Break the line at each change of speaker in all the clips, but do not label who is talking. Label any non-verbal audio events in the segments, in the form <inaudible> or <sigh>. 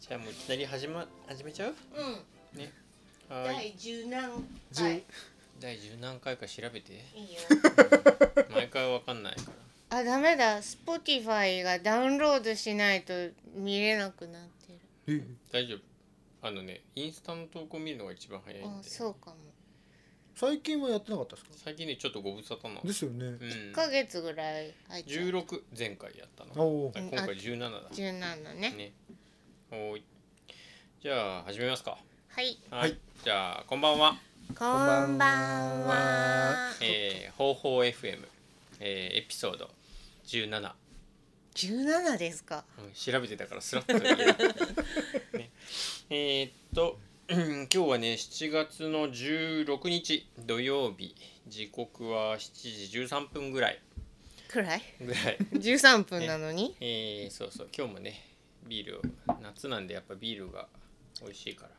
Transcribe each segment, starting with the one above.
じゃあもういきなり始,、ま、始めちゃう
う
ね
ん、
はーい
第十何
十
回。
第十何回か調べて
いいよ。
毎回わかんないから
あダメだ Spotify がダウンロードしないと見れなくなってる
大丈夫あのねインスタの投稿見るのが一番早いん
あ
で
そうかも
最近はやってなかったですか
最近ねちょっとご無沙汰なの
ですよね
う
1
ん
ヶ月ぐらい入っちゃう
16前回やった
お
の
お
だから今回17だ
17ね
ねおーいじゃあ始めますか
はい
はい、じゃあこんばんは、
こんばんは
えー、方法 FM、えー、エピソード17
17ですか
うん調べてたからスラッと <laughs> 言えるね、えーっと今日はね7月の16日土曜日時刻は7時13分ぐらい
くらい
ぐらい
13分なのに
えー、そうそう今日もねビールを夏なんでやっぱビールが美味しいから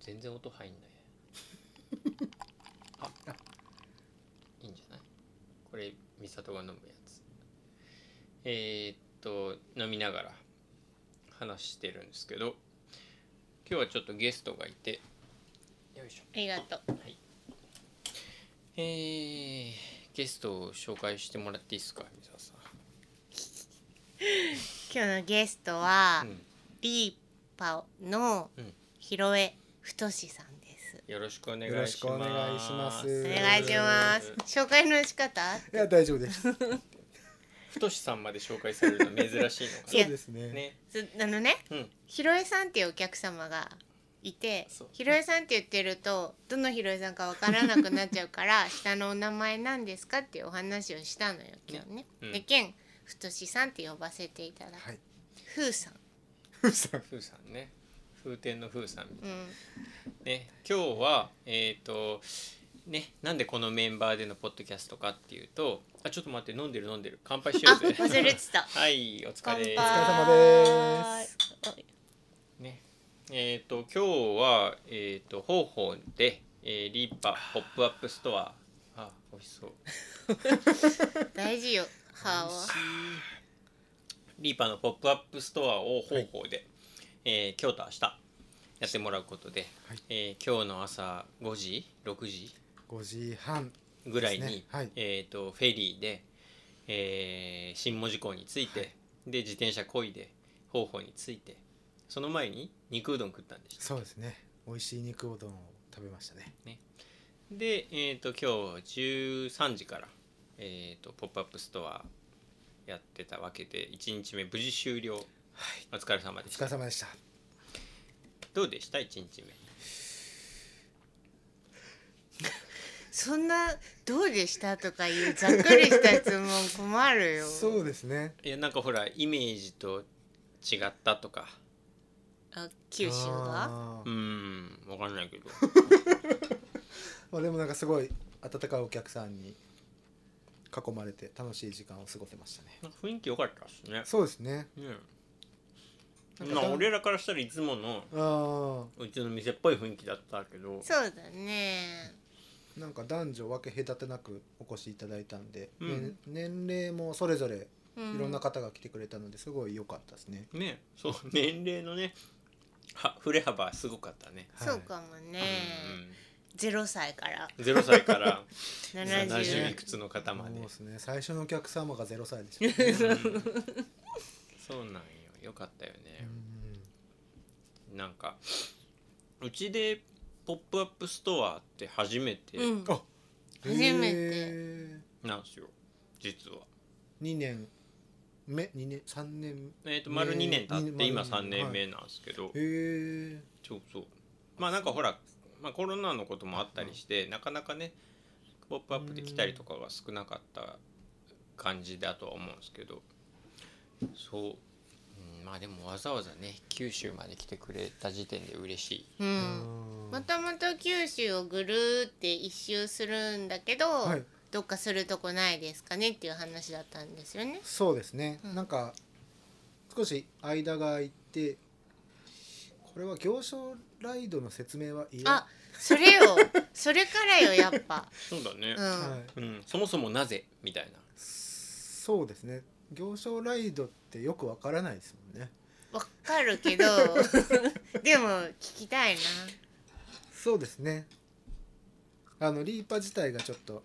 全然音入 <laughs> んないあいいんじゃないこれ美里が飲むやつえー、っと飲みながら話してるんですけど今日はちょっとゲストがいてよいしょ
ありがとう
えー、ゲストを紹介してもらっていいですか美里さ
今日のゲストは、
ん、うん、
リーパの
うん
広江太志さんです
よろしくお願いします
よろしくお願いします
お願いします紹介の仕方
いや大丈夫ですそ
ふとしさんまで紹介されるの珍しいのか
いや
うですね
な。ね。
そあのね
うん。
ひろえさんっていうお客様がいて
そう
ひろえさんって言ってるとどのひろえさんかわからなくなっちゃうから <laughs> 下のお名前なんですかっていうお話をしたのよ今日ね。
うん
でけんふとしさんって呼ばせていただく、
はい <laughs>
ふうさん、
ふうさん
ふうさんね。風天のふうさん。
うん、
ね。今日は、えっ、と、ね、なんでこのメンバーでのポッドキャストかっていうと、あ、ちょっと待って、飲んでる飲んでる。乾杯しよ
あ
うぜ。
忘れてた
はい、 <laughs> お疲
乾杯
れ。
です
ね。えっ、と、今日は、えっ、と、方法で、えーリーパポップアップストア。あ、美味しそう。
大事よ歯は
リーパーのポップアップストアを方法で、えー今日と明日やってもらうことで、
はい
えー今日の朝5時6時
5時半
ぐらいに、
ですねはい
えー、とフェリーで、えー新門司港に着いて、で自転車こいで方法に着いてその前に肉うどん食ったんでした
そうですね美味しい肉うどんを食べましたね
で、えー、と今日13時から、えー、とポップアップストアやってたわけで1日目無事終了
はい
お疲れ様で
お
し
疲れ
た
様でした
どうでした1日目
そんなどうでしたとかいうざっくりした質問困るよ
<laughs> そうですね
いやなんかほらイメージと違ったとか
あ九州が
あ
う
ー
んわかんないけ <laughs> ど
まあでもなんかすごい温かいお客さんに囲まれて楽しい時間を過ごせましたね
なんか雰囲気良かったっすね
そうですね
うんまあ俺らからしたらいつもの
あ
うちの店っぽい雰囲気だったけど
そうだね
あなんか男女分け隔てなくお越しいただいたんで、
うん
ね年齢もそれぞれ
い
いろんな方が来てくれたのですごい良かったですね、
ねそう年齢のねは振れ幅すごかったね
はい
そうかもね、ゼロ歳から
うん0歳から <laughs> 70
70
いくつの方まで
そうですね最初のお客様が0歳でしたね、
そうなんよよかったよね
うん
なんかうちでポップアップストアって初めて
うん
あ
初めて
え
なんですよ実は
ー、2年目2年3年
えー、と丸2年経って
ね
今
丸
3
二年
年目なんですけど、
えー、
そうそうまあなんかほら、まあ、コロナのこともあったりして、なかなかね「ポップアップで来たりとかが少なかった感じだとは思うんですけどそう、うん、まあでもわざわざね九州まで来てくれた時点で嬉しい、
うんもともと九州をぐるーって一周するんだけど、
はい
どっかするとこないですかねっていう話だったんですよね。
そうですね、
うん
なんか少し間が空いてこれは行商ライドの説明はいら
あそれよそれからよやっぱ。
そうだね
う、
は
ん
い、
うんそもそもなぜみたいな
そうですね行商ライドってよくわからないですもんね
わかる
<laughs>
けどでも聞きたいな
そうですねあのリーパ自体がちょっと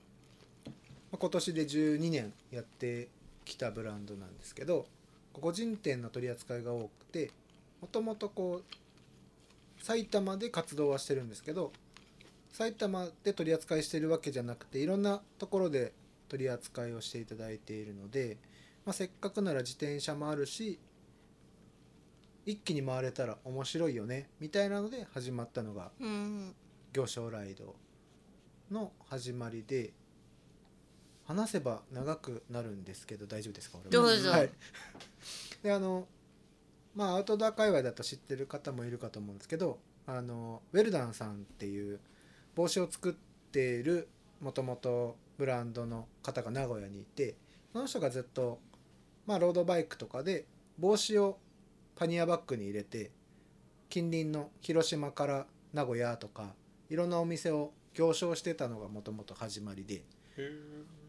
まあ今年で12年やってきたブランドなんですけど個人店の取り扱いが多くてもともとこう埼玉で活動はしてるんですけど埼玉で取り扱いしてるわけじゃなくていろんなところで取り扱いをしていただいているので、まあ、せっかくなら自転車もあるし一気に回れたら面白いよねみたいなので始まったのが
うん
行商ライドの始まりで話せば長くなるんですけど大丈夫ですか俺も
どうぞ
はい、 <laughs> であのまあアウトドア界隈だと知ってる方もいるかと思うんですけどあのウェルダンさんっていう帽子を作っているもともとブランドの方が名古屋にいてその人がずっと、まあ、ロードバイクとかで帽子をパニアバッグに入れて近隣の広島から名古屋とかいろんなお店を行商してたのがもともと始まりで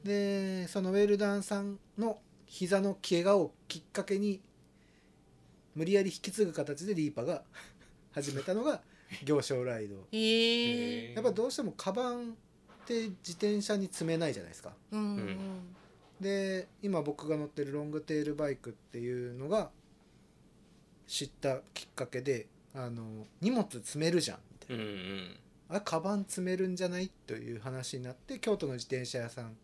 でそのウェルダンさんの膝の怪我をきっかけに無理やり引き継ぐ形でリーパが <laughs> 始めたのが行商ライド
へえ
やっぱどうしてもカバンって自転車に積めないじゃないですか
うん
う
で今僕が乗ってるロングテールバイクっていうのが知ったきっかけであの荷物積めるじゃんみたいな
うんうん
あれカバン詰めるんじゃないという話になって京都の自転車屋さん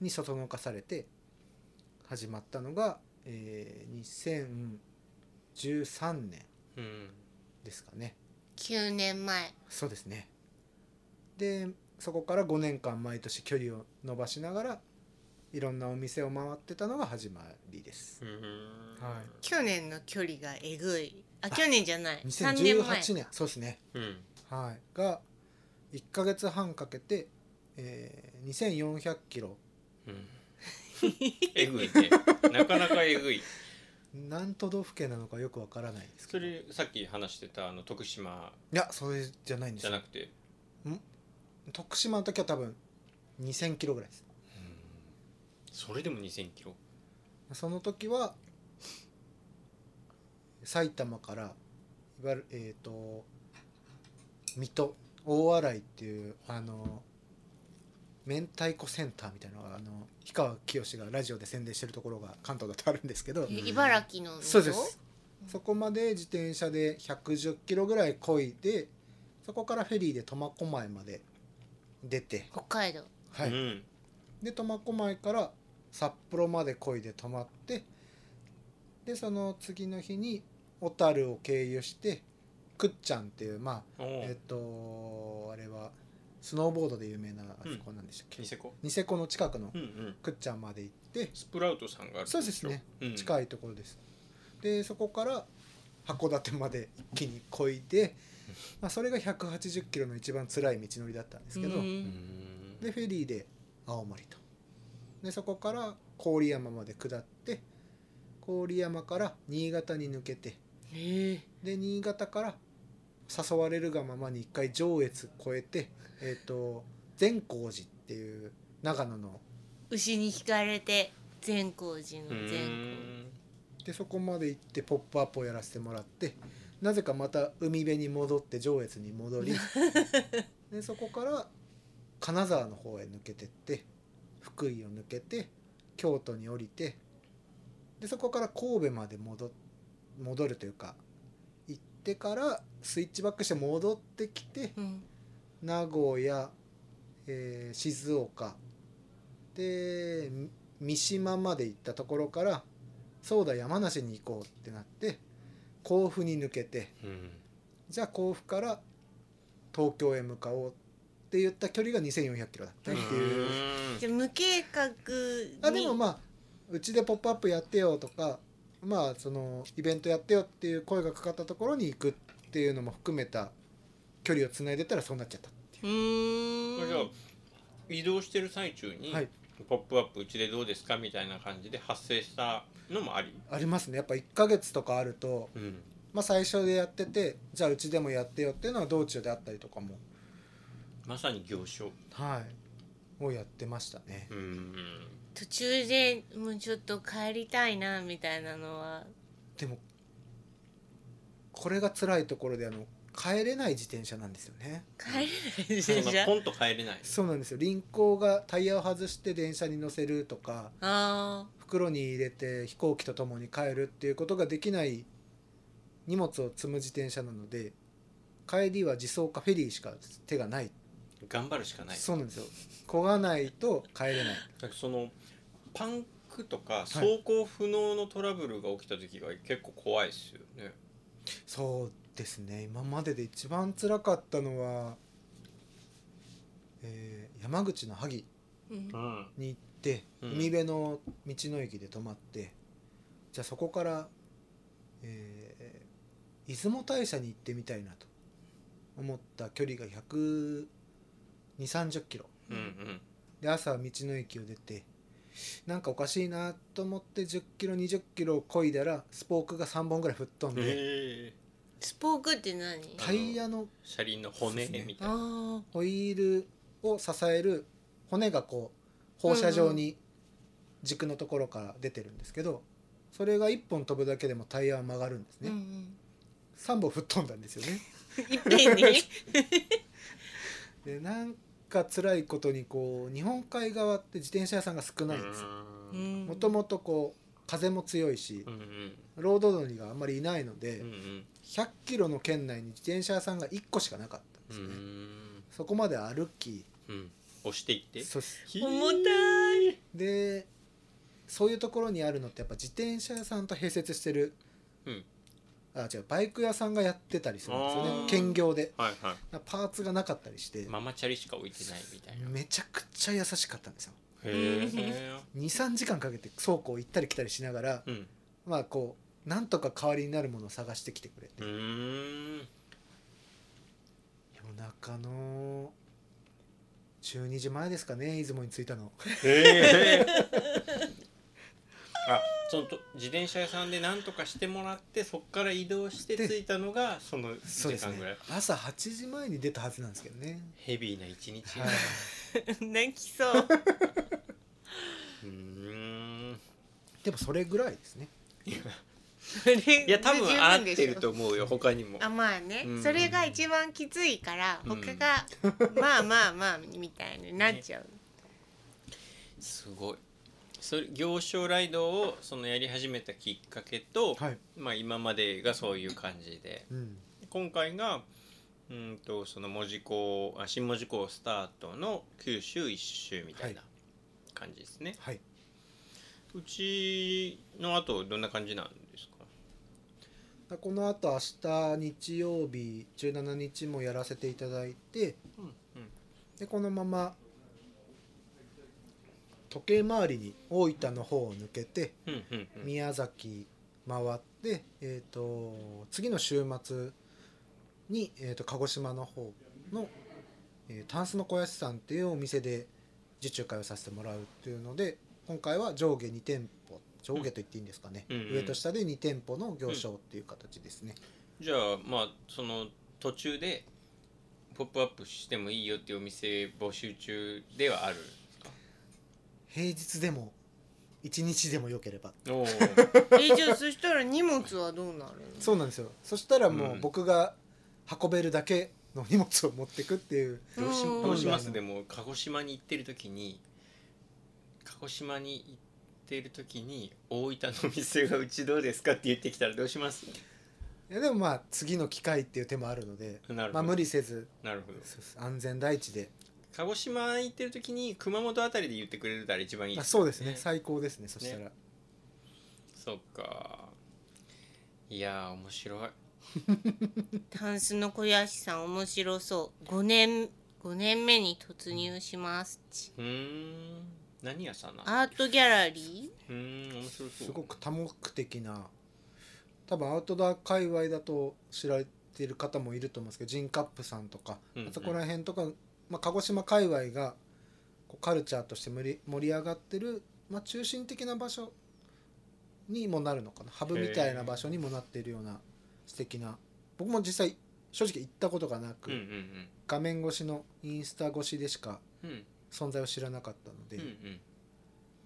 にそそのかされて始まったのが、えー2013年
うん
ですかね
9年前
そうですねでそこから5年間毎年距離を伸ばしながらいろんなお店を回ってたのが始まりです
うん
は
去年の距離がえぐいあ去年じゃない3年前
2018年そうですね
うん
はいが1ヶ月半かけて、えー2400キロ
うんえぐいねなかなかえぐい
何都道府県なのかよくわからないです
そ
けどい
れさっき話してたあの徳島
やそれじゃないんで
じ
す
ゃ
よ
なくて
徳島の時は多分2000キロぐらいです
それでも2000キロ
その時は埼玉からいわゆるえっ、と水戸大洗っていうあの明太子センターみたいなのがあの氷川きよしがラジオで宣伝してるところが関東だとあるんですけど、
え茨城の
そうです
うん
そこまで自転車で110キロぐらい漕いでそこからフェリーで苫小牧まで出て、
北海道
は
う
い、
ん
で苫小牧から札幌まで漕いで泊まってでその次の日に小樽を経由してくっちゃんっていうまあ
お
え
ー
っとあれはスノーボードで有名なあそこなんでしたっけ、
ニセコ
ニセコの近くの
うんうん
くっちゃんまで行って
スプラウトさんがある
そうですね
い
近いところです、でそこから函館まで一気にこいで、まあ、それが180キロの一番辛い道のりだったんですけど、
う
うんん
でフェリーで青森とでそこから郡山まで下って郡山から新潟に抜けて
へえ
で新潟から誘われるがままに一回上越越えてえっ、と善光寺っていう長野の
牛に惹かれて善光寺の善光
でそこまで行って「ポップアップをやらせてもらってなぜかまた海辺に戻って上越に戻りでそこから金沢の方へ抜けてって福井を抜けて京都に降りてでそこから神戸まで戻戻るというか行ってからスイッチバックして戻ってきて
うん
名古屋、えー静岡でみ三島まで行ったところからそうだ山梨に行こうってなって甲府に抜けて
うん
じゃあ甲府から東京へ向かおうって言った距離が2400キロだったっていう
じゃあ無計画に
あでもまあうちで「ポップアップやってよとかまあそのイベントやってよっていう声がかかったところに行くっていうのも含めた距離をつないでったらそうなっちゃった
うーん
これじゃあ移動してる最中に
はい
「ポップアップうちでどうですか?」みたいな感じで発生したのもあり
ありますねやっぱ1ヶ月とかあると
うん
まあ、最初でやっててじゃあうちでもやってよっていうのは道中であったりとかも、
まさに行商
はい、をやってましたね、
うん
途中でもうちょっと帰りたいなみたいなのは
でもこれが辛いところであの帰れない自転車なんですよね
帰れない
<laughs>
自
そん
転
な
車
ポンと帰れない
そうなんですよ輪行がタイヤを外して電車に乗せるとか
あ
袋に入れて飛行機とともに帰るっていうことができない荷物を積む自転車なので帰りは自走かフェリーしか手がない、
頑張るしかない
そうなんですよ漕がないと帰れない
だからそのパンクとか走行不能のトラブルが起きた時が結構怖いですよね、
そうですね今までで一番辛かったのは、えー山口の萩
ーうん
うん
に行って、
うん
海辺の道の駅で泊まってじゃあそこから、えー出雲大社に行ってみたいなと思った距離が1 2 3 0キロ
うんうん
で朝道の駅を出てなんかおかしいなと思って1 0キロ2 0キロ漕いだらスポークが3本ぐらい吹っ飛んで、
へえ
スポークって何
タイヤの
車輪の骨みたいな、
あ
ホイールを支える骨がこう放射状に軸のところから出てるんですけどそれが1本飛ぶだけでもタイヤは曲がるんです
あ、う
ね、
ん
3本吹っ飛んだんですよね
うん、いっぺんに
でなんか辛いことにこう日本海側って自転車屋さんが少ないんです
う
うんん
もともとこう風も強いし
うんうん
ロード乗りがあんまりいないの
う
で
ん
100キロの圏内に自転車屋さんが1個しかなかったん
う
ですね、
ん
そこまで歩き
うん押していって
そうです
重たい
でそういうところにあるのってやっぱ自転車屋さんと併設してる、
うん
あ違うバイク屋さんがやってたりするんですよ
あ
ね
ー
兼業で
はいは
パーツがなかったりして、
いママチャリしか置いてないみたいなへ
めちゃくちゃ優しかったんですよ
え
23時間かけて倉庫を行ったり来たりしながら、
うん
まあこうなんとか代わりになるものを探してきてくれて、
うーん
夜中の12時前ですかね出雲に着い
<laughs>
たの
へえ <laughs> あそのと自転車屋さんで何とかしてもらってそこから移動して
で
着いたのがその
そう
1時
です
間
ね
ぐらい、
朝8時前に出たはずなんですけ
<laughs>
どね、
ヘビーな一日
はい、
泣き
<laughs>
そう
うーん
でもそれぐらいですね
いや多分合っ
十分で
て
しょ
ると思うよ他にも
あまあね、
うん
それが一番きついから
うん
他
<laughs>
が、まあまあまあみたいになっちゃう、
すごいそれ行商ライドをそのやり始めたきっかけと、
はい、
まあ、今までがそういう感じで
うん、
今回がうんとその門司港あ新門司港スタートの九州一周みたいな感じですね、
はい、
うちの後どんな感じなんですか
このあと明日日曜日17日もやらせていただいて
うん
でこのまま時計回りに大分の方を抜けて
うんうんうん
宮崎回って、えー、と次の週末に、えー、と鹿児島の方の、えータンスの小屋師さんっていうお店で受注会をさせてもらうっていうので今回は上下2店舗上下と言っていいんですかね、
うんうん
上と下で2店舗の行商っていう形ですね。
じゃあまあその途中で「ポップアップしてもいいよっていうお店募集中ではあるんですか
平日でも一日でも良ければ
おー
えじゃあそしたら荷物はどうなるの
そうなんですよそしたらも
う
うん僕が運べるだけの荷物を持ってくっていう、
どうし
うん
どうしますでも鹿児島に行ってる時に鹿児島に行ってる時に大分のお店がうちどうですかって言ってきたらどうします
いやでもまあ次の機会っていう手もあるので、
なるほど、
まあ、無理せず
なるほど
そうそう安全第一で
鹿児島行ってる時に熊本あたりで言ってくれたら一番いい
あそうです
ね
ね最高ですねそしたら、
そっかいやー面白い
タンスの小屋師さん面白そう5年5年目に突入します、
うーん何屋さんなの
アートギャラリ
うーん面白そう
すごく多目的な多分アウトドア界隈だと知られている方もいると思うんですけどジンカップさんとか、
うんうん
あそこら辺とか、まあ、鹿児島界隈がこうカルチャーとして盛り盛り上がってる、まあ、中心的な場所にもなるのかなハブみたいな場所にもなっているような素敵な僕も実際正直行ったことがなく、
うんうん
画面越しのインスタ越しでしか
うんうん
存在を知らなかったので、
うん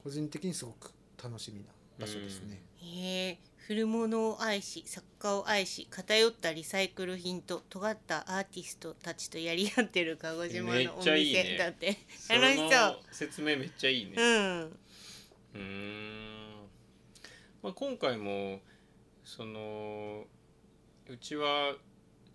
個人的にすごく楽しみな場所ですね。
へえ古物を愛し作家を愛し偏ったリサイクル品と尖ったアーティストたちとやり合ってる鹿児島
めっ
のお
ちゃ
店
いいね
だって
そ
楽しそう
の説明めっちゃいいね
うん
うーん、まあ、今回もそのうちは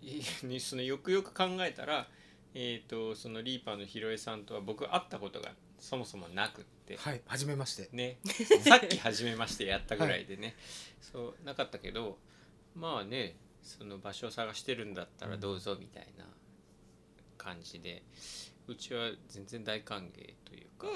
い <laughs> にそのよくよく考えたら、えー、とそのリーパーのひろえさんとは僕会ったことがそもそもなくって、
はい、はじめまして。
<laughs> ねさっき初めましてやったぐらいでね、そうなかったけどまあねその場所を探してるんだったらどうぞみたいな感じで、うちは全然大歓迎というか、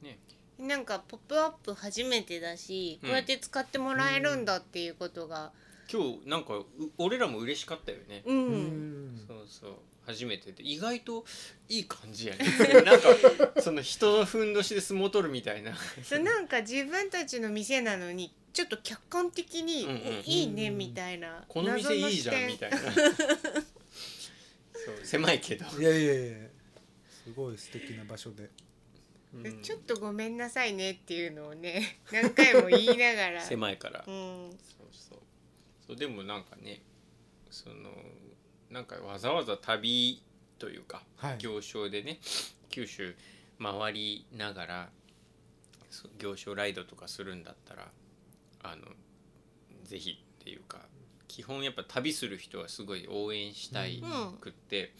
うん、
ね
なんか「ポップアップ初めてだし、
うん
こうやって使ってもらえるんだっていうことが
今日なんかう俺らも嬉しかったよね。
うん、
う
そうそう初めてで意外といい感じや <laughs> ねなんかその人のふんどしで相撲取るみたいな
そうなんか自分たちの店なのにちょっと客観的に「
うんうん
おいいね」みたいな、
この店いいじゃんみ
い
たいなそう狭いけど、
いやいやいや。すごい素敵な場所で。
うん
ちょっとごめんなさいねっていうのをね <laughs> 何回も言いながら、
狭いから、 <laughs>
うん、
そうそうそうでもなんかねそのなんかわざわざ旅というか
はい。
行商でね九州回りながらそう行商ライドとかするんだったらあのぜひっていうか基本やっぱ旅する人はすごい応援したいくって、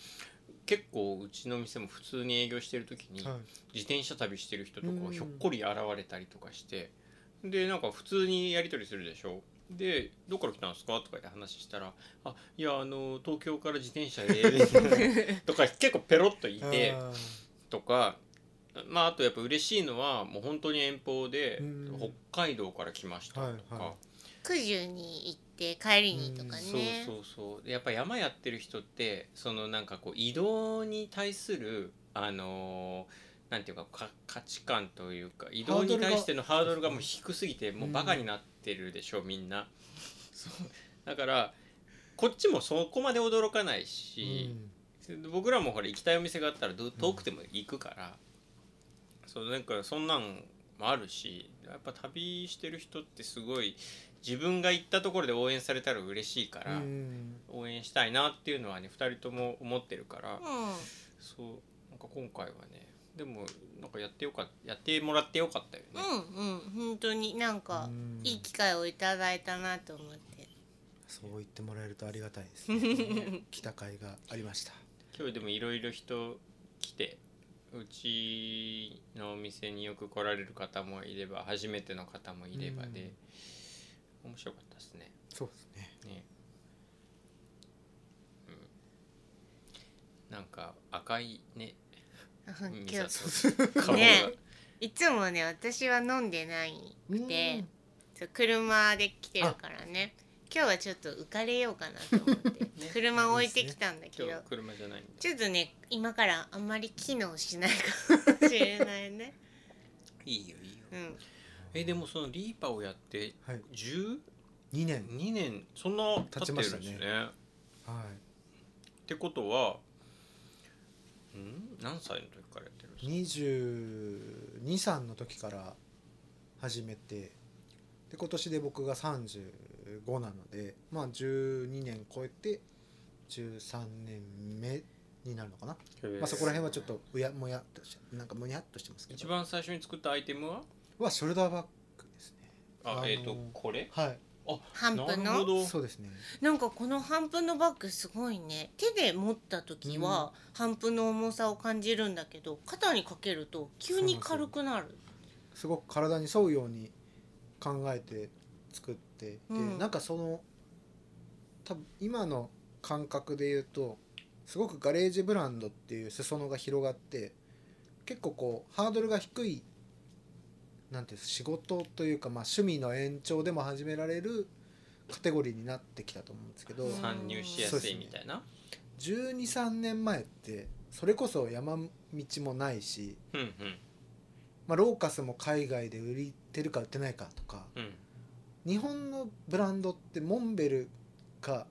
結構うちの店も普通に営業してる時に、
はい。
自転車旅してる人と
う
か
ん
ひょっこり現れたりとかして、でなんか普通にやり取りするでしょで「どっから来たんですか?」とかって話したら「あいやあの東京から自転車
<laughs>
で」とか結構ペロッといて
あー
とかまああとやっぱ嬉しいのはもう本当に遠方で
うん
北海道から来ましたとか。
はいはい
九十に行って帰りにとか
そう
ね。
そうそうでやっぱ山やってる人ってそのなんかこう移動に対するあのーなんていうかか価値観というか移動に対してのハードルがもう低すぎてもうバカになってるでしょ、みんなそうだからこっちもそこまで驚かないし、僕らもほら行きたいお店があったらど遠くても行くから、そうなんかそんなんもあるしやっぱ旅してる人ってすごい自分が行ったところで応援されたら嬉しいか
う
ら、
ん。
応援したいなっていうのはね2人とも思ってるから、
うん
そうなんか今回はねでもなんかやってよかったやってもらってよかったよね。
うんうん本当になんか
うん
いい機会をいただいたなと思って
そう言ってもらえるとありがたいです、
<laughs>
ね。来た甲斐がありました。
今日でもいろいろ人来てうちのお店によく来られる方もいれば初めての方もいればで、面白かったですね。
そうですね。
ねうん、なんか赤いね美
今日
里の顔が、
ねいつもね私は飲んでないくてそう車で来てるからね今日はちょっと浮かれようかなと
<laughs>
思って、車を置いてきたんだけ
今
ど
日車じゃないんで
ちょっとね今からあんまり機能しないかもしれない
<laughs>
ね
いいよいいよ
うん
えでもそのリーパーをやって
はい。
12
二年。
年そんな経ってるんです
経ちま
ね
したはい。
ってことはん何歳の時からやってるんですか
223の時から始めてで今年で僕が35なのでまあ12年超えて13年目になるのかな、まあ、そこら辺はちょっとうやもやっとしなんかもやっとしてますけど
一番最初に作ったアイテムは
はショルダーバッグですね
あ、
あのー
えっ、とこれ
はい
ハンプ
なるほ
の
ど
そうですね
なんかこの半分のバッグすごいね手で持った時は半分の重さを感じるんだけど肩にかけると急に軽くなる
すごく体に沿うように考えて作ってて、
うん
なんかその多分今の感覚で言うとすごくガレージブランドっていう裾野が広がって結構こうハードルが低いなんていうの仕事というか、まあ、趣味の延長でも始められるカテゴリーになってきたと思うんですけど
うん
参入しやすいみたいな
123年前ってそれこそ山道もないし、
うん
まあ、ローカスも海外で売りてるか売ってないかとか。
うんうん
日本のブランドってモンベルか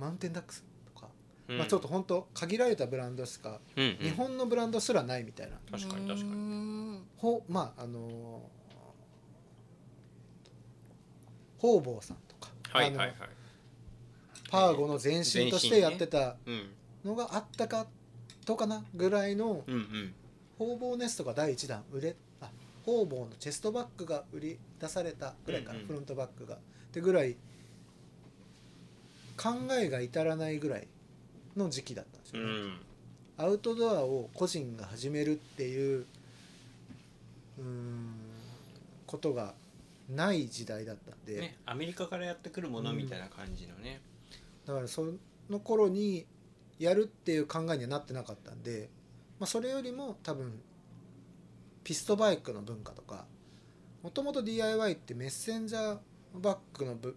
マウンテンダックスとか、
うん
まあ、ちょっと本当限られたブランドしか、
うんうん
日本のブランドすらないみたいな
確かに確かに
に
ほまああのー方々さんとか、
はいはいは
あ
い
のパーゴの前身としてやってた
うん
のがあったかとかなぐらいの
うんうん
方々ネストが第1弾売れあ方々のチェストバッグが売り出されたぐらいか
う
な、
んうん
フロントバッグがってぐらい考えが至らないぐらいの時期だったんで
う
すよね、
ん
アウトドアを個人が始めるっていううーんことがない時代だったんで、
ねアメリカからやってくるものみたいな感じのね
だからその頃にやるっていう考えにはなってなかったんで、まあ、それよりも多分ピストバイクの文化とかもともと DIY ってメッセンジャーバックのぶ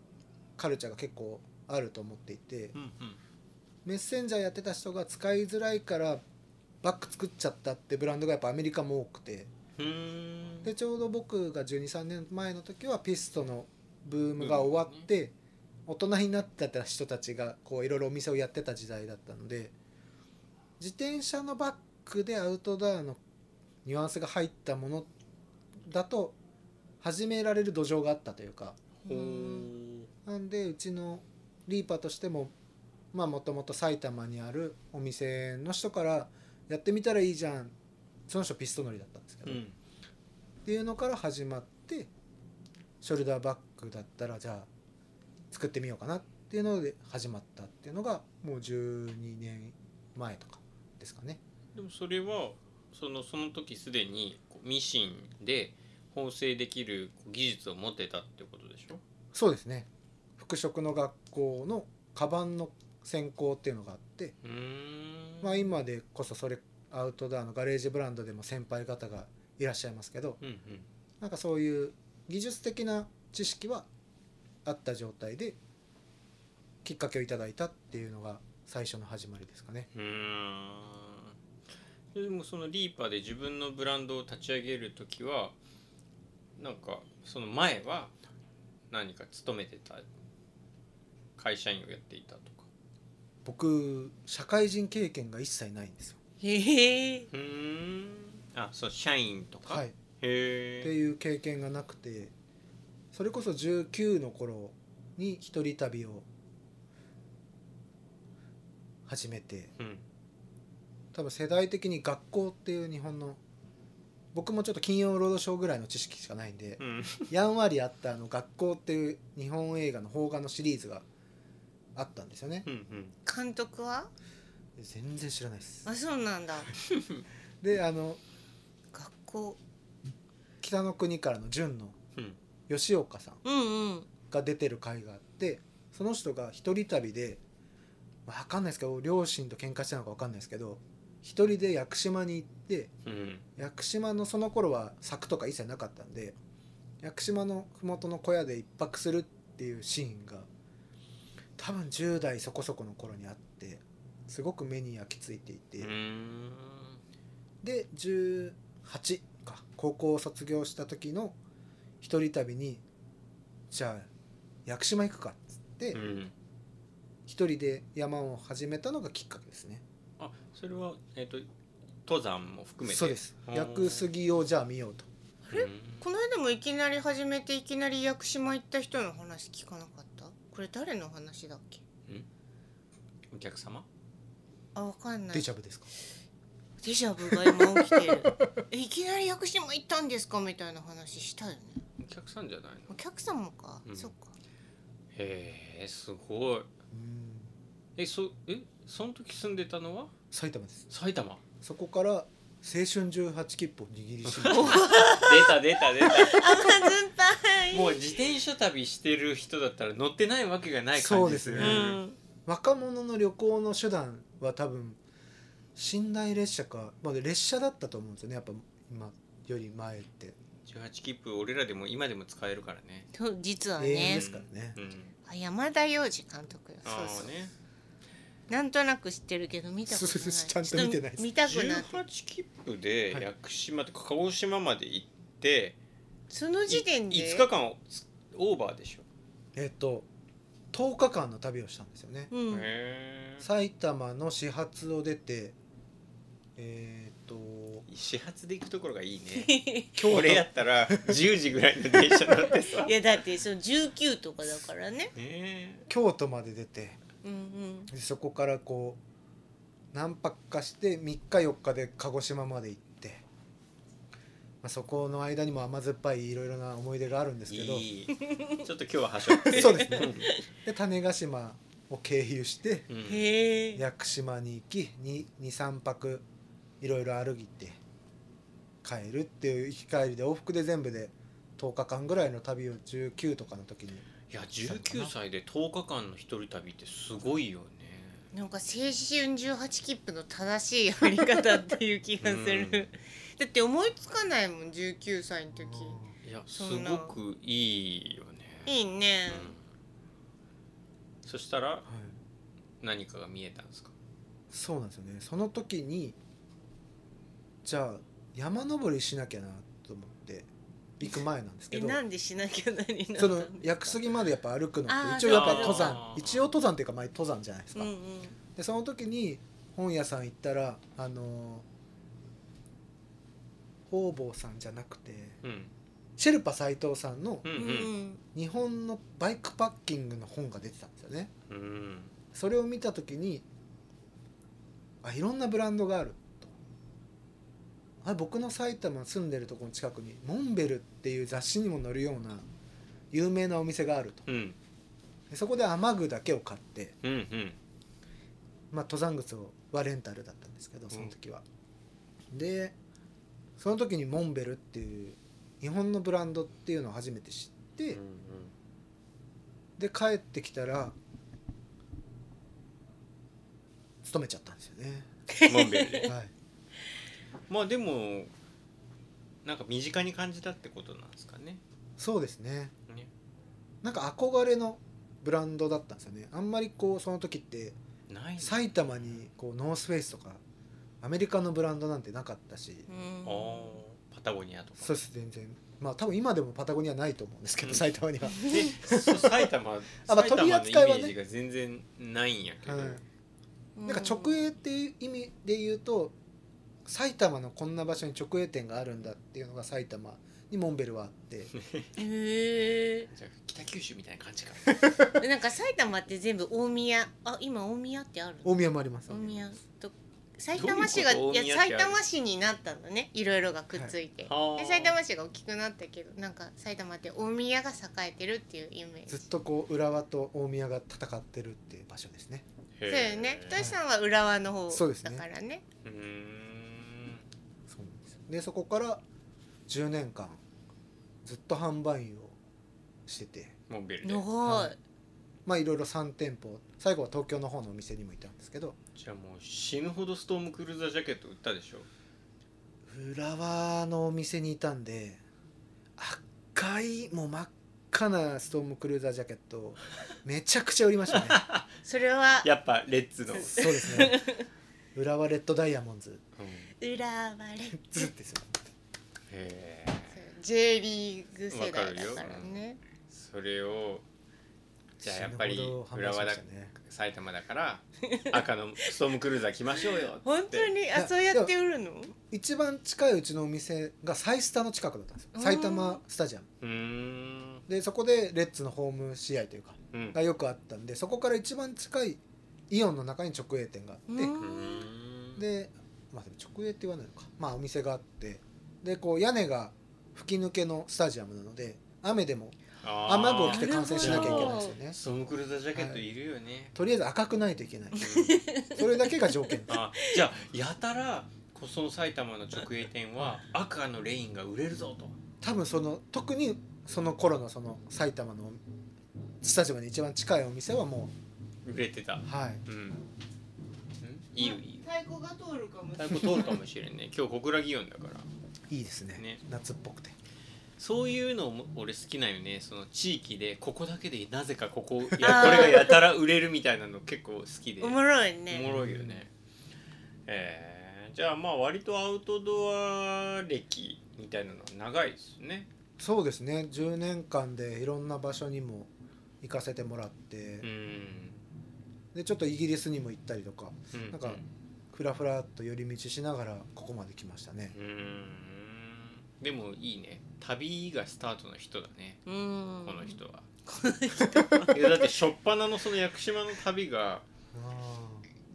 カルチャーが結構あると思っていて
うんうん
メッセンジャーやってた人が使いづらいからバッグ作っちゃったってブランドがやっぱアメリカも多くて
うーん
でちょうど僕が1 2 3年前の時はピストのブームが終わって、大人になってた人たちがこういろいろお店をやってた時代だったので自転車のバックでアウトドアのニュアンスが入ったものだと始められる土壌があったというか
ほー
なんでうちのリーパーとしてもまあもともと埼玉にあるお店の人からやってみたらいいじゃんその人ピスト乗りだったんですけ
う
ど、
ん
っていうのから始まってショルダーバッグだったらじゃあ作ってみようかなっていうので始まったっていうのがもう12年前とかですかね。
でもそれはそのその時すでにこうミシンで縫製できるこう技術を持ってたってことでしょ
そうですね服飾の学校のカバンの専攻っていうのがあって、
うーん
まあ、今でこそそれアウトドアのガレージブランドでも先輩方がいらっしゃいますけど
うんうん
なんかそういう技術的な知識はあった状態できっかけをいただいたっていうのが最初の始まりですかね。
うーんでもそのリーパーで自分のブランドを立ち上げる時はなんかその前は何か勤めてた会社員をやっていたとか
僕社会人経験が一切ないんですよ。
へえ
うーんあそう社員とか、
はい、っ
へ
て
え
いう経験がなくてそれこそ19の頃に一人旅を始めて
うん
多分世代的に学校っていう日本の僕もちょっと金曜ロードショーぐらいの知識しかないんで、
うん
やんわりあったあの学校っていう日本映画の邦画のシリーズがあったんですよね
うんうん
監督は
全然知らないです
あそうなんだ
であの
学校
北の国からの純の
うん
吉岡さん
うんうん
が出てる回があってその人が一人旅で分かんないですけど両親と喧嘩したのか分かんないですけど一人で屋久島に行って
うん
屋久島のその頃は柵とか一切なかったんで屋久島の麓の小屋で一泊するっていうシーンが多分10代そこそこの頃にあってすごく目に焼き付いていて、
うーん
で18か高校を卒業した時の一人旅にじゃあ屋久島行くかっつって
うん
一人で山を始めたのがきっかけですね
あそれは、えっと登山も含めて
そうです
あー
屋久杉をじゃあ見ようと
あれ
この間もいきなり始めていきなり屋久島行った人の話聞かなかったこれ誰の話だっけ
お客様
あわかんない
デジャブですか
デジャブが今起きてる <laughs> えいきなり屋久島行ったんですかみたいな話したよね
お客さんじゃないの
お客様か、
うん
そっか
へえすごい
うん
えそえその時住んでたのは
埼玉です
埼玉
そこから青春18切符を握りしめ
出た出た出た
あずんぱ
<laughs>
い
もう自転車旅してる人だったら乗ってないわけがない感じですね
そうですね若者の旅行の手段は多分寝台列車か、まあ、列車だったと思うんですよねやっぱ今より前って
18切符俺らでも今でも使えるからね
そう実は
永遠
ね
ですからね
うん
あ山田洋次監督よ
あ
そう
あ
そう
ね
なんとなく知ってるけど見たことない
ちゃんと見てない
ちょっ
です
と見たくなって
18切符で
はい
屋久島とか鹿児島まで行って
その時点で
5日間オーバーでしょ
えっと10日間の旅をしたんですよね、
うん
へえ
埼玉の始発を出て、えーっと
始発で行くところがいいね
<laughs> い
京都
俺やったら10時ぐらいの電車乗って
<laughs>
さね
やだってその19とかだからね
え
京都まで出て
うんうん
でそこからこう何泊かして3日4日で鹿児島まで行って、まあ、そこの間にも甘酸っぱいいろいろな思い出があるんですけど
いいちょっと今日ははしょって
<laughs> そうですねで種子島を経由して
うんうん
へえ
屋久島に行き23泊いろいろ歩いて帰るっていう行き帰りで往復で全部で10日間ぐらいの旅を19とかの時に
いや19歳で10日間の一人旅ってすごいよね
なんか青春18切符の正しいやり方っていう気がする、
うん
だって思いつかないもん19歳の時、
いやす
そんな
ごくいいよね
いいね、
うんそしたら
はい、
何かが見えたんですか
そうなんですよねその時にじゃあ山登りしなきゃなと思って行く前なんですけ
え
ど
なんでしなきゃ何にな
そ
った
の屋久杉までやっぱ歩くの
あー
って一応やっぱ
そう
登
あ
山
ー
一応登山っていうか前登山じゃないです
うん
か、
うん
でその時に本屋さん行ったらあのー方々さんじゃなくて
うん
シェルパ斎藤さんの
うん
うんうん
日本のバイクパッキングの本が出てたんですよね
うんうん
それを見た時にあいろんなブランドがあるとあ僕の埼玉住んでるとこの近くに「モンベル」っていう雑誌にも載るような有名なお店があると
うん
でそこで雨具だけを買って、
うんうん
まあ、登山靴はレンタルだったんですけどその時は、でその時にモンベルっていう日本のブランドっていうのを初めて知って、で帰ってきたら勤めちゃったんですよね、
モンベルで
はい、
まあでもなんか身近に感じたってことなんですかね
そうですね
ね
なんか憧れのブランドだったんですよねあんまりこうその時って
ないね
埼玉にこうノースフェイスとかアメリカのブランドなんてなかったし
うん
あーパタゴニアとか
そうです全然まあ多分今でもパタゴニアないと思うんです
う
けど
ん
埼玉
<laughs>
には、
でそう埼 <laughs> 玉
あまあ
埼玉
取り
のイ
扱いは
メー
ね
ジが全然ないんやけど、
は
う
い、なんか直営っていう意味で言うと埼玉のこんな場所に直営店があるんだっていうのが埼玉にモンベルは
<laughs>
あって
へ
じゃあ北九州みたいな感じか
えなんか埼玉って全部大宮あ今大宮ってある
大宮もあります
大
よね
宮と埼玉市が
どういうこと
いや
大宮ってあ
埼
る
玉市になったのねいろいろがくっついて、
はいあー
で埼玉市が大きくなったけどなんか埼玉って大宮が栄えてるっていうイメージ
ずっとこう浦和と大宮が戦ってるっていう場所ですね
そう
へ
よ
ー
ね太さんは浦和の方
そうです
だ
ね
からね
うーん
そうなんですよでそこから10年間ずっと販売員をしてて
モンベルで
長
はいまあいろいろ3店舗最後は東京の方のお店にもいたんですけど
じゃあもう死ぬほどストームクルーザージャケット売ったでしょ
浦和のお店にいたんで赤いもう真っ赤なストームクルーザージャケットをめちゃくちゃ売りましたね
いそれは
やっぱレッツ <laughs> の、
<laughs> そうですね <laughs> 浦和レッドダイヤモンズ
へ
浦和レッズ
ズですよ
え
J リーグ世代だからね
それをじゃあやっぱり
死ぬほど販売しましたね
埼玉だ <laughs> から赤のストームクルーザー来ましょうよっつ <laughs> って
本当にあ
や
そうやって売るの
一番近いうちのお店が埼スタの近くだったんですよ
うん
埼玉スタジアム
うーん
でそこでレッツのホーム試合というか
うん
がよくあったんでそこから一番近いイオンの中に直営店があ
う
っ
ん
て、
うーん
で,、まあ、でも直営って言わないのかまあお店があってでこう屋根が吹き抜けのスタジアムなので雨でも
あ
雨具を
ー
着て観戦しなきゃいけないですよね
ストームクルーザージャケットいるよね、
とりあえず赤くないといけない
うん
それだけが条
<laughs>
件です
あじゃあやたらこその埼玉の直営店は赤のレインが売れるぞと
多分その特にその頃のその埼玉のスタジアムに一番近いお店はも
売れてた
うはい
うんんいいよいいよ
太鼓が通るかもしれ
太鼓通るかもしれん <laughs> ね今日小倉祇園だから
いいですね
ね
夏っぽくて
そういうのも俺好きなんよねその地域でここだけでなぜかこ <laughs> こいや
あー
これがやたら売れるみたいなの結構好きで
おもろい
おも
ね
ろいよねえー、じゃあまあ割とアウトドア歴みたいなのは長いですね
そうですね10年間でいろんな場所にも行かせてもらって、
うん
でちょっとイギリスにも行ったりとか
うん
なんかふらふらっと寄り道しながらここまで来ましたね
うーんでもいいね旅がスタートの人だね
うん
この人は、
この人
いやだって初っ端のその屋久島の旅が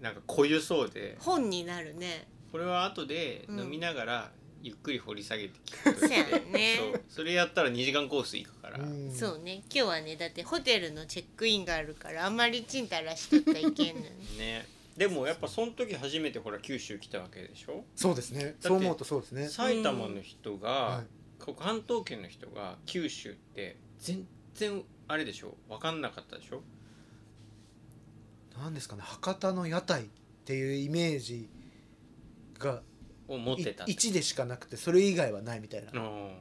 なんか濃ゆそうで
本になるね
これは後で飲みながらゆっくり掘り下げて聞くと
そ
し
う
て
やね
そうそれやったら2時間コースいくから、
ん
そうね今日はねだってホテルのチェックインがあるからあんまりちんたらしてったらい
<laughs>
けんのよね
ねでもやっぱその時初めてほら九州来たわけでしょ
そうですねそう思うとそうですね
埼玉の人が、
はい
ここ関東圏の人が九州って全然あれでしょ分かんなかったでしょ
なんですかね博多の屋台っていうイメージが
を持ってた
1でしかなくてそれ以外はないみたいな
うん
う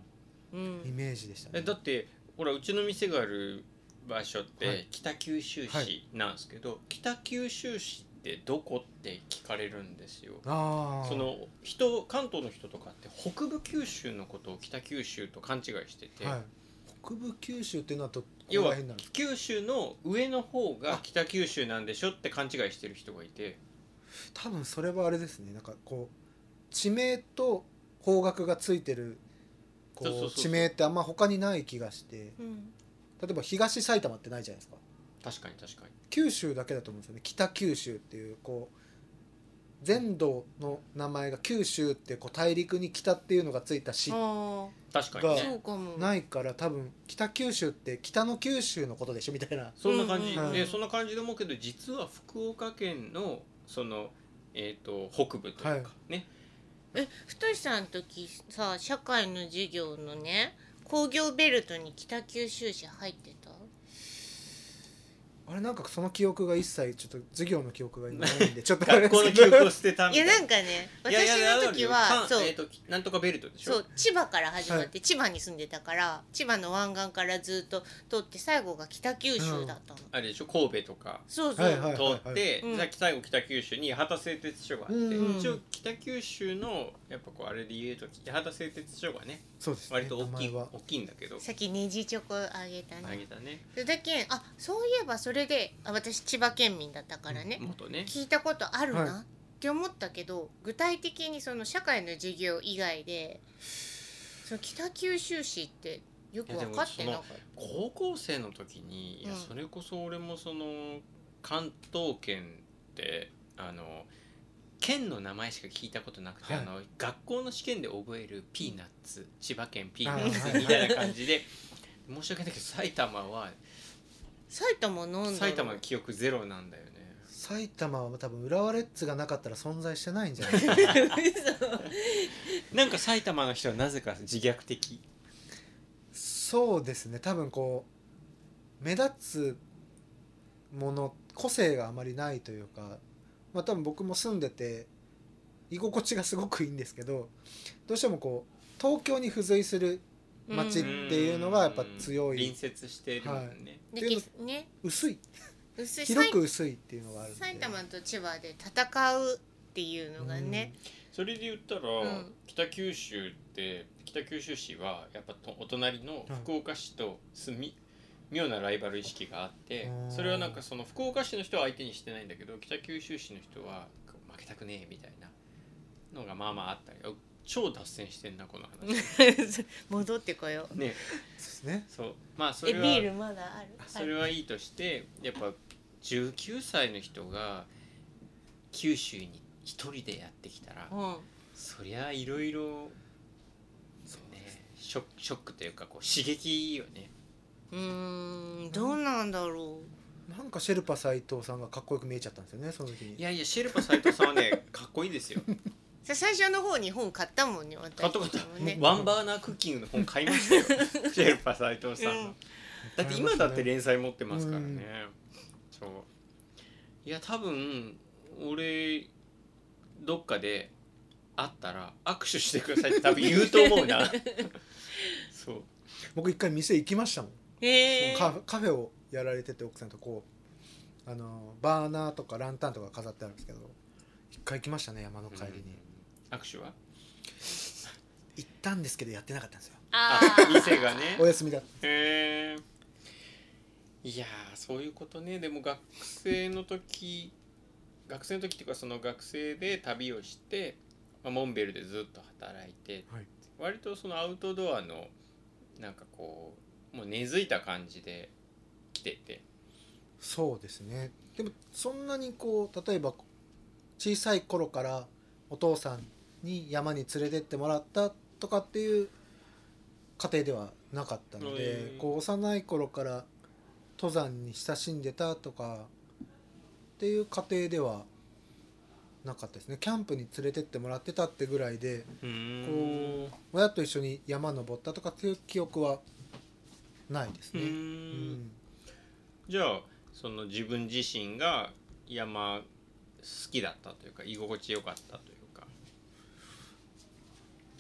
イ
ん
メージでしたね
えだってほらうちの店がある場所っ
は
て
い
北九州
は
市なんですけど、北九州市ってどこって聞かれるんですよ。
あー
その人関東の人とかって北部九州のことを北九州と勘違いしてて、
はい、北部九州っていうのはとここ
要
ら
は
辺なんですか
九州の上の方が
あ
北九州なんでしょって勘違いしてる人がいて
多分それはあれですねなんかこう地名と方角がついてるこう
そうそうそうそう
地名ってあんま他にない気がして
うん
例えば東埼玉ってないじゃないですか
確かに確かに
九州だけだと思うんですよね北九州っていうこう全土の名前が九州ってこう大陸に北っていうのがついた市
あ
確かに
あ
ね
そう
ね
かも
ないから多分北九州って北の九州のことでしょみたいな
そんな感じ、
うんうんうん
でそんな感じで思うけど実は福岡県のその、えー、と北部というか、
はい
ね
え太さんの時さ社会の授業のね工業ベルトに北九州市入ってた
あれなんかその記憶が一切ちょっと授業の記憶が今ないんでちょっとあれ
学校
です
の
け
記
ど
憶を捨てたみ
い
た
や
いな。
なんかね
いやいや
私の時は
あるよ
そう
かんえーときなんとかベルトでしょ
そう千葉から始まって、
は
千葉に住んでたから千葉の湾岸からずっと通って最後が北九州だったの、
あれでしょ神戸とか
そうそう、
はいはい
通って、
うん
さっき最後北九州に八幡製鉄所があって、
うん
一応北九州のやっぱこうあれで言うと八幡製鉄所がね
そうですね
割と大きい
名前は
大きいんだけど
さっきネジチョコあげた
あ
ね
げたね
それだけあそういえばそれであ私千葉県民だったからね、
元ね
聞いたことあるな、
はい
って思ったけど具体的にその社会の授業以外でその北九州市ってよく分かってなかった
高校生の時にいや
うん
それこそ俺もその関東圏ってあの県の名前しか聞いたことなくて、
はい
あの学校の試験で覚えるピーナッツ千葉県ピーナ
あ
ッ
ー
ツみたいな感じ <laughs> で申し訳ないけど埼玉は
埼玉なんだろう
埼玉の記憶ゼロなんだよね
埼玉は多分浦和レッズがなかったら存在してないんじゃないです
<laughs>
か
なんか埼玉の人はなぜか自虐的
そうですね多分こう目立つもの個性があまりないというかまあ多分僕も住んでて居心地がすごくいいんですけどどうしてもこう東京に付随する
うん
街っていうのがやっぱ強い
隣接してるもんね、
できね
薄い
薄い
広く薄いっていうのがあるんで
埼玉と千葉で戦うっていうのがね、
それで言ったら、
ん
北九州って北九州市はやっぱとお隣の福岡市とすみ、妙なライバル意識があって
うん
それはなんかその福岡市の人は相手にしてないんだけど北九州市の人はこう負けたくねえみたいなのがまあまああったりあ超脱線してんなこの話
<laughs> 戻ってこよう
ね
ですね
そうまあそ
え
れ
ビ
は
ールまだある
それはいいとしてやっぱ19歳の人が九州に一人でやってきたら
はい
そりゃいろいろねショックショックというかこう刺激いいよね
うんうーんどうなんだろ
なんかシェルパ斎藤さんがかっこよく見えちゃったんですよねその時
い
に
やいやシェルパ斎藤さんは <laughs> ねかっこいいですよ
うさ最初の方に本買ったもんね
買っ
私
た買った
ちもね
ワンバーナークッキングの本買いましたよ <laughs> シェルパ斎藤さんの、
うん
だって今だって連載持ってますからね、そういや多分俺どっかで会ったら握手してくださいって多分言うと思う <laughs> なそう
僕一回店行きましたもん
へえ
カフカフェをやられてて奥さんとこうあのバーナーとかランタンとか飾ってあるんですけど一回行きましたね山の帰りに、
うん握手は
行ったんですけどやってなかったんですよ
あ
あ
店がね
お休みだ
へえいやーそういうことねでも学生の時学生の時っていうかその学生で旅をして、まあ、モンベルでずっと働いて、
はい
割とそのアウトドアのなんかこうもう根付いた感じで来てて
そうですねでもそんなにこう例えば小さい頃からお父さんに山に連れてってもらったとかっていう家庭ではなかったので、
うん
こう幼い頃から登山に親しんでたとかっていう家庭ではなかったですねキャンプに連れてってもらってたってぐらいで
うん
親と一緒に山登ったとかっていう記憶はないですね。うん
じゃあその自分自身が山好きだったというか居心地よかったというか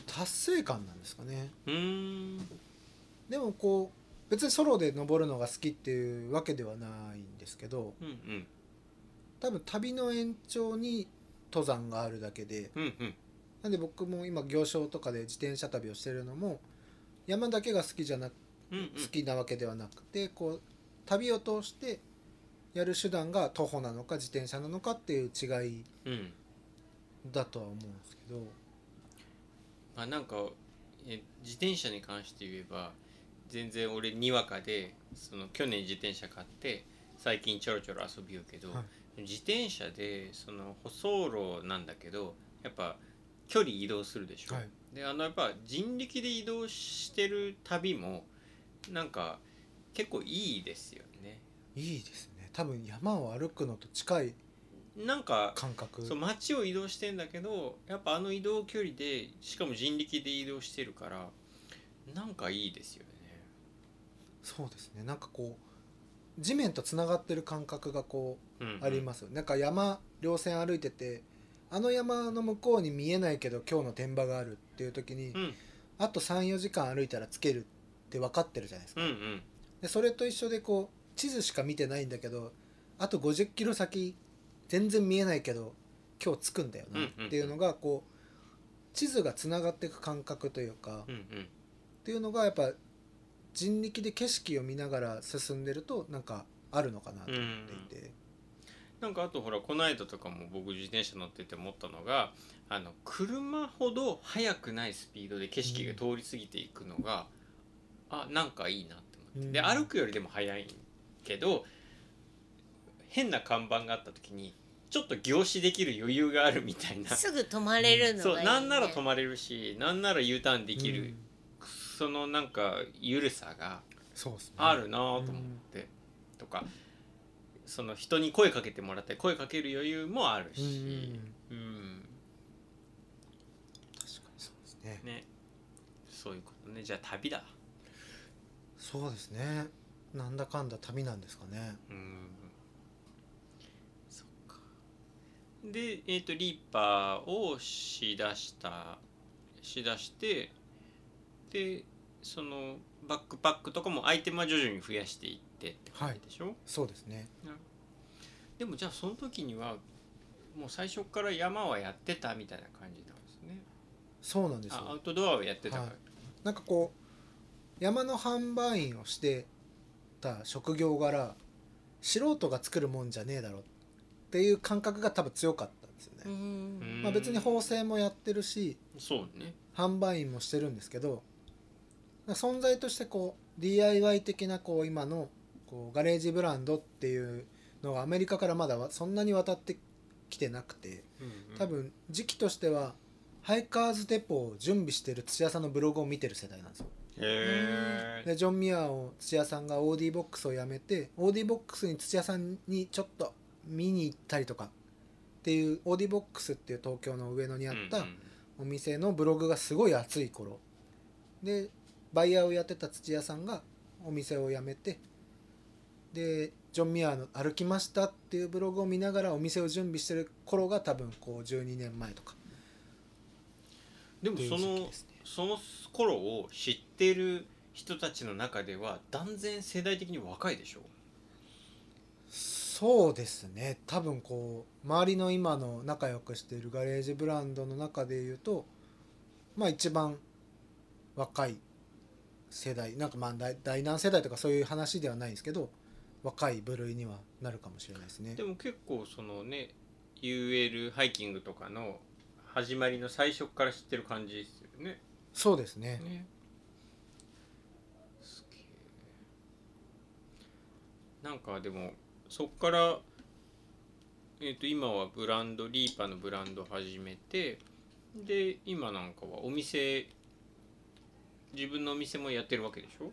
達成感なんですかね
うーん
でもこう別にソロで登るのが好きっていうわけではないんですけど
うんうん
多分旅の延長に登山があるだけで
うんうん
なんで僕も今行商とかで自転車旅をしてるのも山だけが好きじゃなく
うんうん
好きなわけではなくてこう旅を通してやる手段が徒歩なのか自転車なのかっていう違い
うん
だとは思うんですけど
まあなんかえ自転車に関して言えば全然俺にわかでその去年自転車買って最近ちょろちょろ遊びようけど、
は
自転車でその舗装路なんだけどやっぱ距離移動するでしょ、
はい
であのやっぱ人力で移動してる旅もなんか結構いいですよね
いいですね多分山を歩くのと近い
なんか
感覚
そう街を移動してんだけどやっぱあの移動距離でしかも人力で移動してるからなんかいいですよね
そうですねなんかこう地面とつながってる感覚がこ
うん
うありますよ、なんか山稜線歩いててあの山の向こうに見えないけど今日の天場があるっていう時に、
うん
あと34時間歩いたらつけるって分かってるじゃないですか、
うんうん
でそれと一緒でこう地図しか見てないんだけどあと50キロ先全然見えないけど今日着くんだよ
うんう
な
んうん
っていうのがこう地図がつながっていく感覚というか、
うんうん
っていうのがやっぱ人力で景色を見ながら進んでるとなんかあるのかなと思っていて、
なんかあとほらこの間とかも僕自転車乗ってて思ったのがあの車ほど速くないスピードで景色が通り過ぎていくのが、あなんかいいなって思って、で
うん
歩くよりでも速いけど変な看板があった時にちょっと凝視できる余裕があるみたいな。
すぐ止まれるのがい
そ
い、
う
ね、
なんなら止まれるしなんなら U ターンできる、
うん
そのなんか緩さが
そうですね
あるなぁと思って、とかその人に声かけてもらったり声かける余裕もある
うん
し、うん
確かにそうですね
ねそういうことねじゃあ旅だ
そうですねなんだかんだ旅なんですかね
うんそっかでえっ、とリーパーをしだしたしだしてでそのバックパックとかもアイテムは徐々に増やしていってって感じでしょ、
そうですね
でもじゃあその時にはもう最初から山はやってたみたいな感じなんですね。
そうなんです
あアウ
よ
トドアをやってたから。
はいなんかこう山の販売員をしてた職業柄素人が作るもんじゃねえだろっていう感覚が多分強かったんですよね、
うん
まあ、別に縫製もやってるし
そうね。
販売員もしてるんですけど存在としてこう DIY 的なこう今のこうガレージブランドっていうのがアメリカからまだわそんなに渡ってきてなくて多分時期としてはハイカーズデポを準備してる土屋さんのブログを見てる世代なんですよ
へえ。
でジョン・ミアーを土屋さんが OD ボックスを辞めて OD ボックスに土屋さんにちょっと見に行ったりとかっていう OD ボックスっていう東京の上野にあった、
うん
お店のブログがすごい熱い頃でバイヤーをやってた土屋さんがお店を辞めてでジョン・ミアーの「歩きました」っていうブログを見ながらお店を準備してる頃が多分こう12年前とか
うんでもそ
ってい
の
う時期ですね
その頃を知ってる人たちの中では断然世代的に若いでしょ。
そうですね多分こう周りの今の仲良くしているガレージブランドの中で言うとまあ一番若い世代なんかまあ第第何世代とかそういう話ではないんですけど若い部類にはなるかもしれないですね
でも結構そのね UL ハイキングとかの始まりの最初から知ってる感じですよね。
そうですね
ねすげえなんかでもそっから、えー、と今はブランドリーパのブランド始めてで今なんかはお店自分のお店もやってるわけでしょ、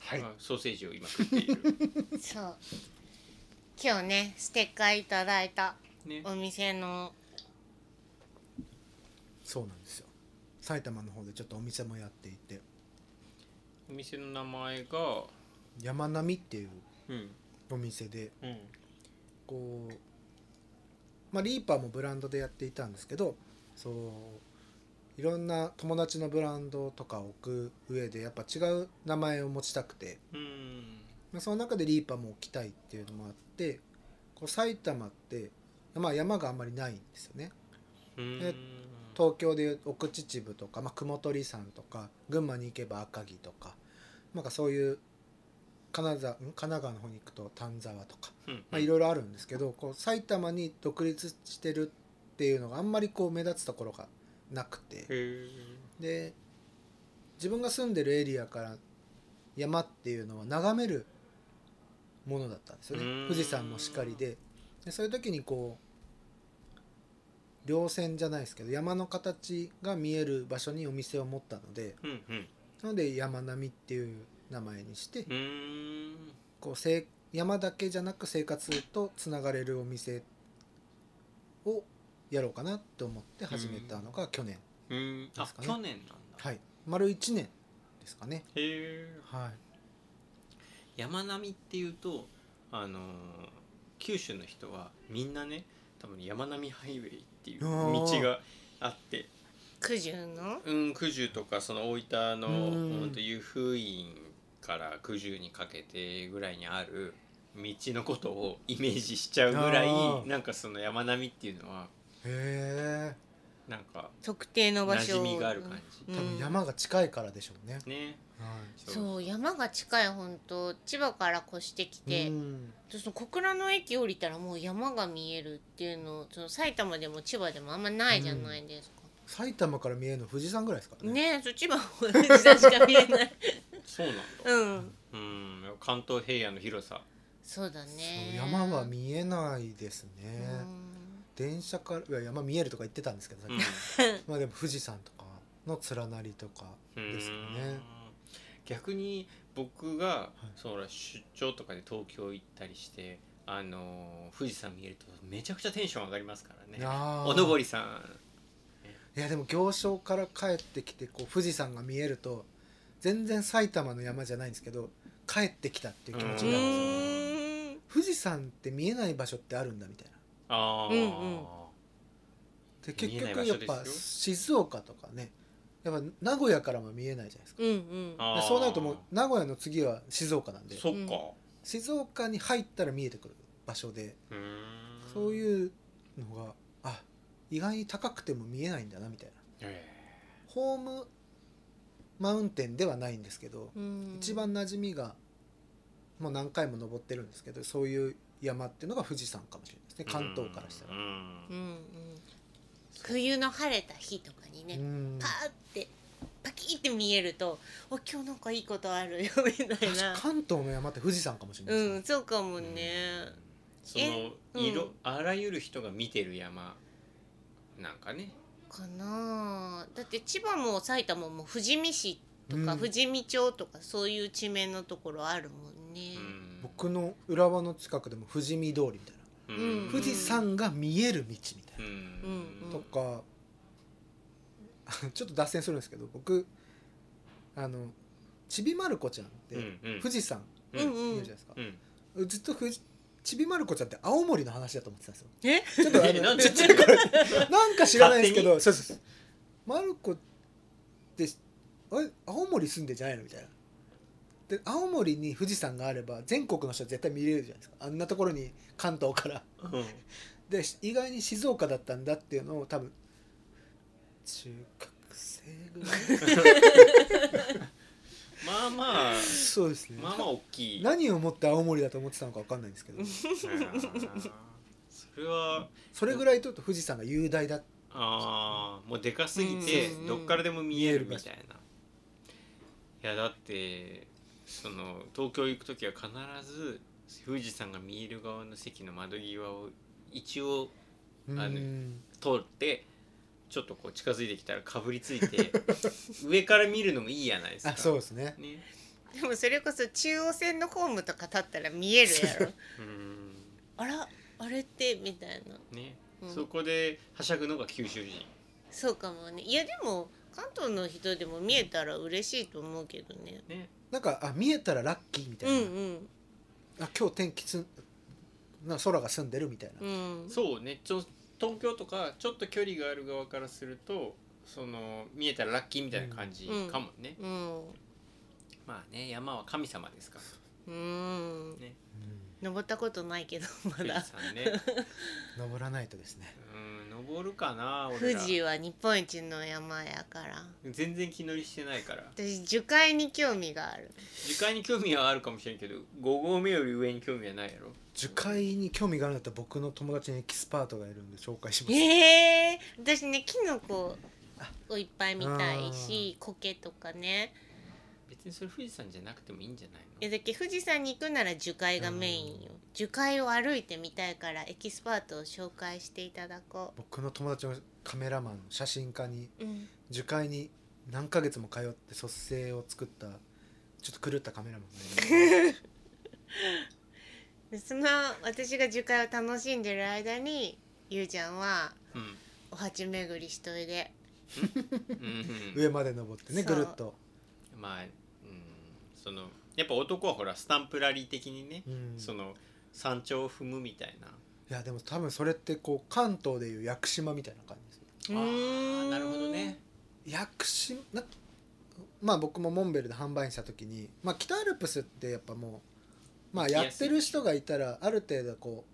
はい
あソーセージを今食って
<laughs>
いる、
そう今日ねステッカーいただいた
ね、
お店の
そうなんですよ埼玉の方でちょっとお店もやっていて
お店の名前が、
山並っていう
うん
お店で
うん、
こう、まあ、リーパーもブランドでやっていたんですけどそういろんな友達のブランドとかを置く上でやっぱ違う名前を持ちたくて、
うん
まあ、その中でリーパーも置きたいっていうのもあってこう埼玉って、まあ、山があんまりないんですよね。
うん
え東京でいう奥秩父とか、まあ、雲取山とか群馬に行けば赤城とかなんかそういう金沢ん神奈川の方に行くと丹沢とか、
うん
まあ、いろいろあるんですけどこう埼玉に独立してるっていうのがあんまりこう目立つところがなくて
へ
で自分が住んでるエリアから山っていうのは眺めるものだったんですよ
う
ね
ん
富士山もしかりででそういう時にこう稜線じゃないですけど山の形が見える場所にお店を持ったので
ーうんうん
なので山並っていう名前にして
うーん
こうせい山だけじゃなく生活とつながれるお店をやろうかなと思って始めたのが去年
うん
で
あ
すかね
去年なんだ、
はい丸1年ですかね
へえ
はい
山並みっていうとあのー九州の人はみんなね多分山並みハイウェイっていう道
あー
があって
九十の
うん九十とかその大分の
うん
本当湯布院から九十にかけてぐらいにある道のことをイメージしちゃうぐら
あー
いなんかその山並みっていうのは
へえ
なんか
特定の場
馴
所
染みがある感じ、
う
多
ん
分山が近いからでしょうね、
ね
は
そう山が近い本当千葉から越してき
い
て、
うん
その小倉の駅降りたらもう山が見えるっていうのその埼玉でも千葉でもあんまないじゃないですか、
埼玉から見えるの富士山ぐらいですからね
ねえそっちは富士山しか見えない
そうなんだ
うん
うん関東平野の広さ
そうだね
そう山は見えないですね、
うん
電車からいや山見えるとか言ってたんですけどさっ
う
き、
ん
まあでも富士山とかの連なりとかですよね
逆に僕が、
い
そうほら出張とかで東京行ったりしてあのー富士山見えるとめちゃくちゃテンション上がりますからね
あー
おのぼりさん
いやでも行商から帰ってきてこう富士山が見えると全然埼玉の山じゃないんですけど帰ってきたっていう気持ち
う
になるんですよ
ーん
富士山って見えない場所ってあるんだみたいな
ああ、
うんうん
で
見
結
えない場
局や
所
っ
ですよ
ぱ静岡とかねやっぱ名古屋からも見えないじゃないですか
うんうん
あ
で
ー
そうなるともう名古屋の次は静岡なんで
そっか、
静岡に入ったら見えてくる場所で
うーん
そう
う、
いうのがあ意外に高くても見えないんだなみたいな
え
ホームマウンテンではないんですけど、
うん
一番馴染みがもう何回も登ってるんですけどそういう山っていうのが富士山かもしれないですね
ー
関東からしたら
う。ん
うんうん冬の晴れた日とかにね、
うん
パーってパキーって見えると「お今日なんかいいことあるよ」みたい
確か
な
関東の山って富士山かもしれな
う
いですね
んそうかもね
その
え
色、
うん
あらゆる人が見てる山なんかね
かなあだって千葉も埼玉も富士見市とか
うん
富士見町とかそういう地名のところあるもんね
う、ん
僕の浦和の近くでも富士見通りみ
う
たいな、
ん
富士山が見える道みたいうな、
ん
とか <laughs> ちょっと脱線するんですけど僕あのちびまる子ちゃんって
うんうん
富士山
うんうん
見るじゃないですか、
うん
ずっと富士ちびまる子ちゃんって青森の話だと思ってたんですよ
え
<laughs> ちょっとあ
えな
の
んで
ちっちゃい頃なんか知らないですけどそうそうそうまる子ってあれ青森住んでんじゃないのみたいなで青森に富士山があれば全国の人は絶対見れるじゃないですかあんなところに関東から
うん
で意外に静岡だったんだっていうのを多分中学生ぐらい
まあまあ
そうですね、
まあまあ大きい。
<laughs>
何をもって青森だと思ってたのか分かんないんですけど
うんそそれは
それぐらいちょっと富士山が雄大だ
ああもうでかすぎて
うん
どっからでも見えるみたい
見
ないやだってその東京行く時は必ず富士山が見える側の席の窓際を一応
うん
あ通ってちょっとこう近づいてきたらかぶりつい
<laughs>
て上から見るのもいいやないですか
あそうですね
ね
でもそれこそ中央線のホームとか立ったら見えるやろ
うん
あらあれってみたいな
ね、
うん
そこではしゃぐのが九州人
そうかもねいやでも関東の人でも見えたら嬉しいと思うけどね
ね
なんかあ見えたらラッキーみた
う
い
ん
な、あ今日天気つんな空が澄んでるみたいな、
うんうん
そうねちょ東京とかちょっと距離がある側からするとその見えたらラッキーみたいな感じ
うん
かもね、
うん
まあね山は神様ですから
うん
ね
登ったことないけど <laughs> ま
富士
だ
山ね
登らないとですね
うん登るかな俺
富
ら
士は日本一の山やから
全然気乗りしてないから
私樹海に興味がある
樹海に興味はあるかもしれんけど5合目より上に興味はないやろ
樹海に興味があるんだったら僕の友達にエキスパートがいるんで紹介します、
ええ私ねキノコをいっぱい見たいし苔とかね
別にそれ富士山じゃなくてもいいんじゃない
いや
の
だっけ富士山に行くなら樹海がメインよ樹海を歩いてみたいからエキスパートを紹介していただこ
僕の友達のカメラマン写真家に
う、うん、
樹海に何ヶ月も通って卒生を作ったちょっと狂ったカメラマンがいる
<laughs> でその私が樹海を楽しんでる間にゆうちゃんは
うん
お鉢巡りしといで
うん
上まで登ってね
そ
ぐ
う
るっと、
うんまあうんそのやっぱ男はほらスタンプラリー的にね、
うん、
その山頂を踏むみたいない
やでも多分それってこう関東でいう屋久島みたいな感じですね
あーなるほどね
屋久島なまあ僕もモンベルで販売員した時に、まあ、北アルプスってやっぱもう、まあ、
行きやす
や
い
ってる人がいたらある程度こ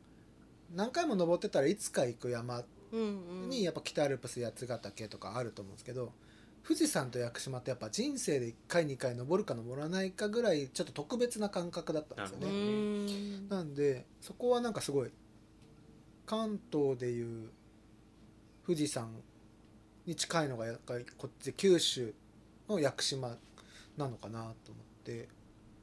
う何回も登ってたらいつか行く山
うんうん
にやっぱ北アルプス八ヶ岳とかあると思うんですけど富士山と屋久島ってやっぱ人生で1回2回登るか登らないかぐらいちょっと特別な感覚だったんですよ
な
う
るほ
ね。
ん
なんでそこはなんかすごい関東でいう富士山に近いのがやっぱりこっち九州の屋久島なのかなと思って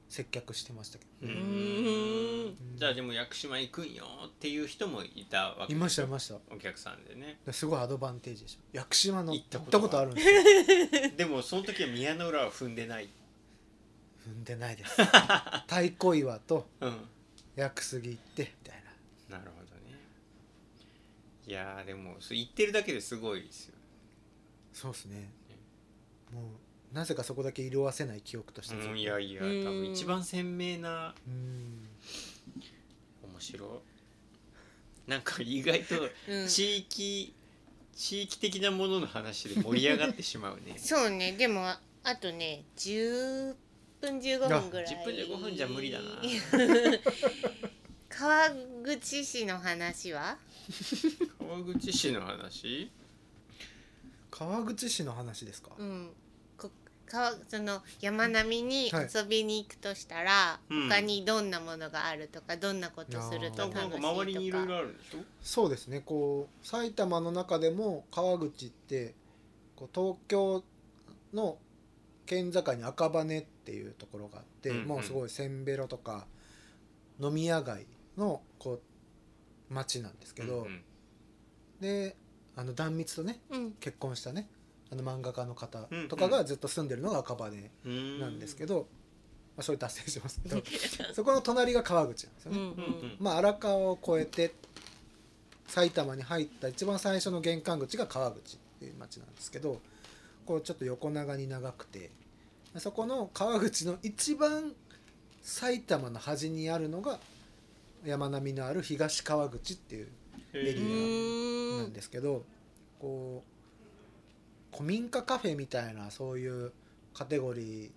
接客してましたけ
う
ど、
ん
うん
じゃあでも屋久島行くんよっていう人もいたわけ
いましたいました
お客さんでね
ですごいアドバンテージでした屋久島の
行
行
っ
ったた
こと
こと
が
あるんですよ
でもその時は宮の浦は踏んでない、
踏んでな
<laughs>
いです太鼓岩と
うん、
屋久杉行ってみたいな
なるほどねいやーでもそれ行ってるだけですごいですよ
そうですねもうなぜかそこだけ色褪せない記憶としてずっと
うんいやいや多
うん
分一番鮮明な
うん
面白いなんか意外と
うん
地域、地域的なものの話で盛り上がってしまうね <laughs>
そうねでもああとね10分15分ぐらい
10分15分じゃ無理だな
<laughs> 川口市の話は
川口市の話
川口市の話ですか、
うんこ川その山並みに
はい
遊びに行くとしたら、
うん
他にどんなものがあるとかどんなことすると
なん
楽し
か
いとか
周りにいろいろあるんでしょ
そうですねこう埼玉の中でも川口ってこう東京の県境に赤羽っていうところがあって、
うんうん
もうすごいせんべろとか飲み屋街のこう町なんですけど、
うんうん
であの壇蜜とね
うん
結婚したねあの漫画家の方とかがずっと住んでるのが赤羽
うーん
なんですけど、まあ、それ達成しますけどそこの隣が川口なんですよ
うんう
ね。
うん
ん
まあ、荒川を越えて埼玉に入った一番最初の玄関口が川口っていう町なんですけどこうちょっと横長に長くてそこの川口の一番埼玉の端にあるのが山並みのある東川口っていう
うん
メデ
う
ィ
ーん
なんですけど、こう古民家カフェみたいなそういうカテゴリーっ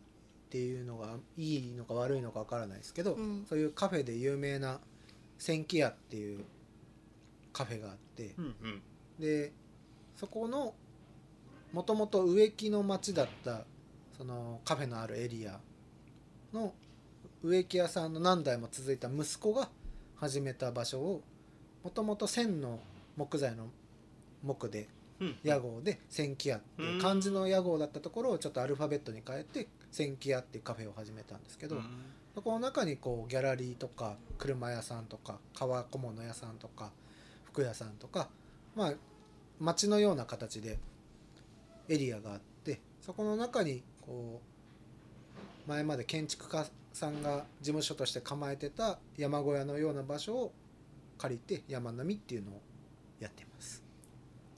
ていうのがいいのか悪いのかわからないですけど、
うん
そういうカフェで有名な千木屋っていうカフェがあって
うんうん
でそこのもともと植木の町だったそのカフェのあるエリアの植木屋さんの何代も続いた息子が始めた場所をもともと線の木材の木で
うん
屋号で千木屋っていう漢字の屋号だったところをちょっとアルファベットに変えて千木屋っていうカフェを始めたんですけど、
うん
そこの中にこうギャラリーとか車屋さんとか革小物屋さんとか服屋さんとかまあ街のような形でエリアがあってそこの中にこう前まで建築家さんが事務所として構えてた山小屋のような場所を借りて山並みっていうのをやってます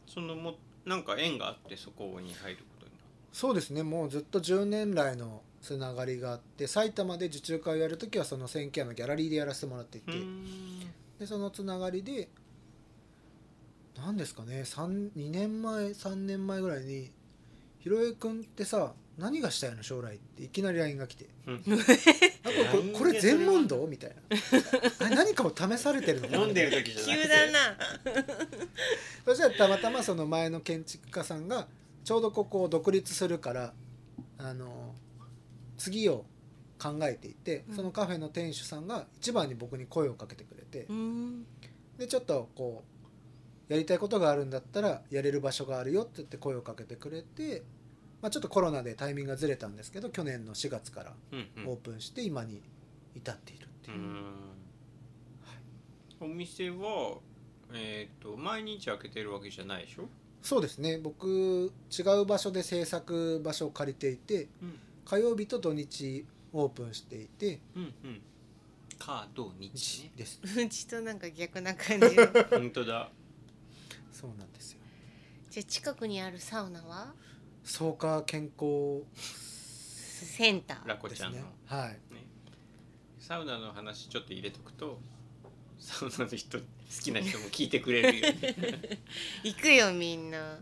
そのもなんか縁があってそこに入ることになる
そうですねもうずっと10年来のつながりがあって埼玉で受注会をやるときはその千家屋のギャラリーでやらせてもらっていて、でそのつながりで何ですかね3 2年前3年前ぐらいに「ひろえくんってさ何がしたいの将来」っていきなり LINE が来て
うん
「あこれこれこれ全問答?」みたいな「あれ何かを試されて
<laughs>
るのかな
飲んでる時じゃなく
急
て
だな
そしたらたまたまその前の建築家さんがちょうどここを独立するからあの次を考えていてそのカフェの店主さんが一番に僕に声をかけてくれて、
うん
でちょっとこうやりたいことがあるんだったらやれる場所があるよって言って声をかけてくれて、まあ、ちょっとコロナでタイミングがずれたんですけど去年の4月から
うんうん
オープンして今に至っているって
う
いう、
んお店はえっ、と毎日開けてるわけじゃないでしょ、
そうですね僕違う場所で制作場所を借りていて
うん、
火曜日と土日オープンしていて
うんうんか土日 <laughs> ね
です
うちとなんか逆な感じの
<laughs>
じゃ
本当だ
そうなんですよ
あ近くにあるサウナは
草加健康
センタ
ラ
ー
コ
で
ち
す
ゃんの、
ねはい
サウナの話ちょっと入れとくとサウナの人好きな人も聞いてくれるよね
行くよみんな